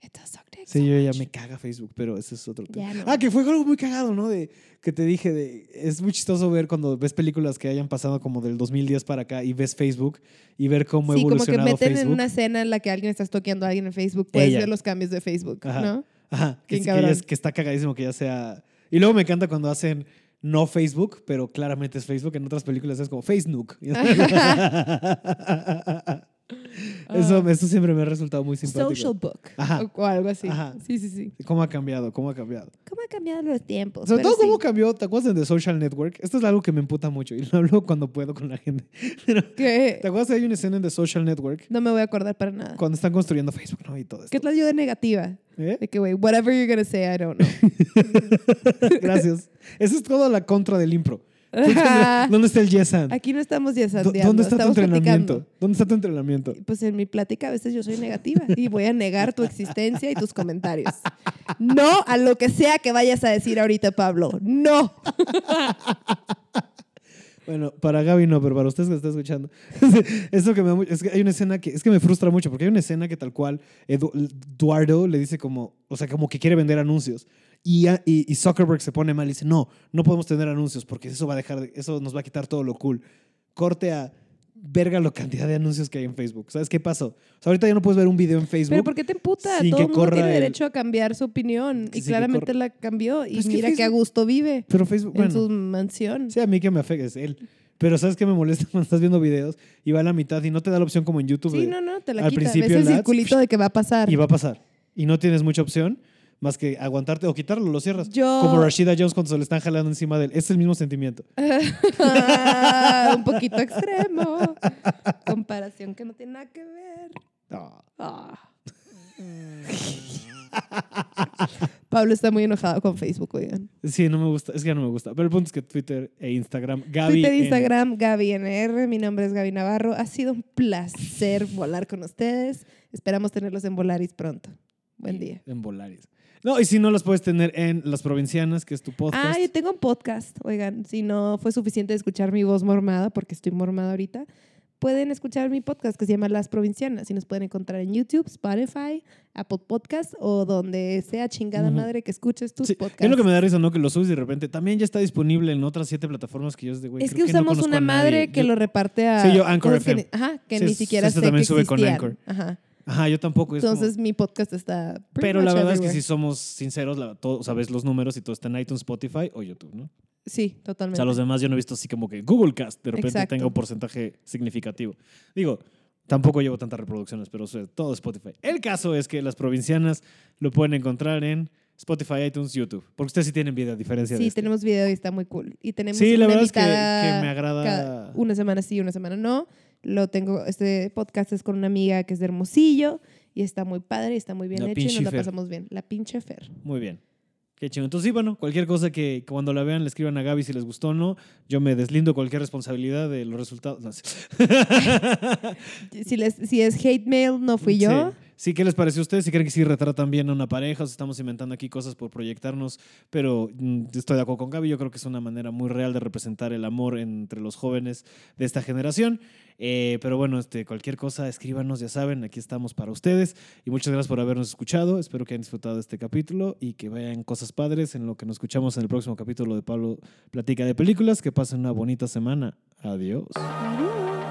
S2: It does suck dick
S1: Sí,
S2: so
S1: yo ya
S2: much.
S1: me caga Facebook, pero ese es otro tema.
S2: Ya no.
S1: Ah, que fue algo muy cagado, ¿no? De, que te dije, de, es muy chistoso ver cuando ves películas que hayan pasado como del 2010 para acá y ves Facebook y ver cómo ha
S2: Sí, como que
S1: evolucionado
S2: meten en
S1: Facebook.
S2: una escena en la que alguien está toqueando a alguien en Facebook. Puedes
S1: Ella.
S2: ver los cambios de Facebook,
S1: Ajá.
S2: ¿no?
S1: Ajá, que,
S2: Bien
S1: sí, que, ya es-
S2: cabrón.
S1: que está cagadísimo que ya sea... Y luego me encanta cuando hacen no Facebook, pero claramente es Facebook. En otras películas es como Facebook. eso, eso siempre me ha resultado muy simpático.
S2: Ah. Social book.
S1: Ajá.
S2: O, o algo así.
S1: Ajá.
S2: Sí, sí, sí.
S1: ¿Cómo ha cambiado? ¿Cómo ha cambiado?
S3: ¿Cómo han cambiado los tiempos?
S1: Sobre
S3: Pero
S1: todo, ¿cómo
S3: sí.
S1: cambió? ¿Te acuerdas de The Social Network? Esto es algo que me emputa mucho y lo hablo cuando puedo con la gente. Pero,
S2: Que
S1: ¿Te acuerdas de hay una escena en The Social Network
S2: no me voy a acordar para nada.
S1: cuando están construyendo Facebook, ¿no? Y todo
S2: ¿Qué
S1: esto.
S2: tal yo de negativa?
S1: ¿Eh?
S2: De que, güey, whatever you're gonna say, I don't know.
S1: Gracias. Esa es toda la contra del impro. ¿Dónde está el yes and?
S2: Aquí no estamos
S1: ¿Dó-
S2: yesandeando.
S1: ¿Dónde está tu
S2: estamos
S1: entrenamiento?
S2: platicando.
S1: ¿Dónde está tu entrenamiento?
S2: Pues en mi plática a veces yo soy negativa y voy a negar tu existencia y tus comentarios. No a lo que sea que vayas a decir ahorita, Pablo. No.
S1: Bueno, para Gaby no, pero para ustedes que están escuchando. Eso que me da mu- es que hay una escena que es que me frustra mucho porque hay una escena que tal cual Edu- Eduardo le dice como, o sea, como que quiere vender anuncios. Y, a- y, y Zuckerberg se pone mal y dice, "No, no podemos tener anuncios porque eso va a dejar de- eso nos va a quitar todo lo cool." Corte a verga la cantidad de anuncios que hay en Facebook. ¿Sabes qué pasó? O sea, ahorita ya no puedes ver un video en Facebook.
S2: Pero ¿por qué te emputa?
S1: Sin
S2: Todo
S1: que
S2: el mundo
S1: corra
S2: tiene
S1: el-
S2: derecho a cambiar su opinión
S1: Que
S2: y
S1: sí, que
S2: claramente
S1: corra.
S2: la cambió y
S1: Pero es que
S2: mira que a
S1: Facebook-
S2: gusto vive
S1: pero Facebook, bueno.
S2: en su mansión.
S1: Sí, a mí que me afecta es él. Pero ¿sabes qué me molesta cuando estás viendo videos y va a la mitad y no te da la opción como en YouTube
S2: Sí,
S1: de-
S2: no, no, te la
S1: al
S2: quita. Ves
S1: principio
S2: el
S1: el ads,
S2: circulito de que va a pasar.
S1: y va a pasar. Y no tienes mucha opción más que aguantarte o quitarlo, lo cierras.
S2: Yo-
S1: Como Rashida Jones cuando se le están jalando encima de él. Es el mismo sentimiento.
S2: Ah, un poquito extremo. Comparación que no tiene nada que ver.
S1: Ah.
S2: Ah. Pablo está muy enojado con Facebook, oigan.
S1: Sí, no me gusta. Es que ya no me gusta. Pero el punto es que Twitter e Instagram. Gaby
S2: Twitter,
S1: en-
S2: Instagram, Gaby NR. Mi nombre es Gaby Navarro. Ha sido un placer volar con ustedes. Esperamos tenerlos en Volaris pronto. Buen día.
S1: En Volaris. No, y si no las puedes tener en Las Provincianas, que es tu podcast.
S2: Ah, yo tengo un podcast. Oigan, si no fue suficiente escuchar mi voz mormada, porque estoy mormada ahorita, pueden escuchar mi podcast que se llama Las Provincianas y nos pueden encontrar en YouTube, Spotify, Apple Podcast o donde sea chingada
S1: Ujú.
S2: madre que escuches tus
S1: Sí,
S2: podcasts.
S1: es lo que me da risa, ¿no? Que lo subes y de repente también ya está disponible en otras siete plataformas que yo es de güey.
S2: es que
S1: creo no
S2: usamos
S1: conozco
S2: una
S1: a nadie.
S2: madre que
S1: Yo-
S2: lo reparte a.
S1: Sí, yo, Anchor
S2: cosas que
S1: FM.
S2: ni- ajá, que
S1: Sí,
S2: ni
S1: es-
S2: siquiera
S1: esta
S2: sé
S1: también
S2: que
S1: sube con
S2: existían.
S1: Anchor.
S2: Ajá.
S1: Ajá, yo tampoco. es como-
S2: Entonces mi podcast está. pretty
S1: Pero la
S2: much
S1: verdad es que si
S2: everywhere.
S1: somos sinceros, la, todo, sabes los números y todo está en iTunes, Spotify o YouTube, ¿no?
S2: Sí,
S1: O
S2: totalmente.
S1: sea, los demás yo no he visto así como que Google Cast de repente
S2: Exacto.
S1: tenga un porcentaje significativo. Digo, tampoco llevo tantas reproducciones, pero eso es todo Spotify. El caso es que las provincianas lo pueden encontrar en Spotify, iTunes, YouTube. Porque ustedes sí tienen vida, a diferencia de
S2: Sí,
S1: este.
S2: tenemos video y está muy cool. Y tenemos
S1: Sí, la
S2: una
S1: verdad es que,
S2: invitada
S1: que me agrada.
S2: cada- una semana sí, una semana no. Lo tengo, este podcast es con una amiga que es de Hermosillo y está muy padre, y está muy bien
S1: La
S2: hecho y nos
S1: pinche
S2: la
S1: Fer.
S2: pasamos bien. La pinche Fer.
S1: Muy bien. Qué chido. Entonces, sí, bueno, cualquier cosa que cuando la vean le escriban a Gaby si les gustó o no. Yo me deslindo de cualquier responsabilidad de los resultados. No, sí.
S2: Si, les, si es hate mail, no fui yo.
S1: Sí. Sí, ¿qué les pareció a ustedes? Si creen que sí retratan bien a una pareja, o si estamos inventando aquí cosas por proyectarnos, pero mm, estoy de acuerdo con Gaby, yo creo que es una manera muy real de representar el amor entre los jóvenes de esta generación. Eh, pero bueno, este, cualquier cosa, escríbanos, ya saben, aquí estamos para ustedes. Y muchas gracias por habernos escuchado, espero que hayan disfrutado de este capítulo y que vayan cosas padres en lo que nos escuchamos en el próximo capítulo de Pablo Platica de Películas. Que pasen una bonita semana. Adiós.
S3: Adiós.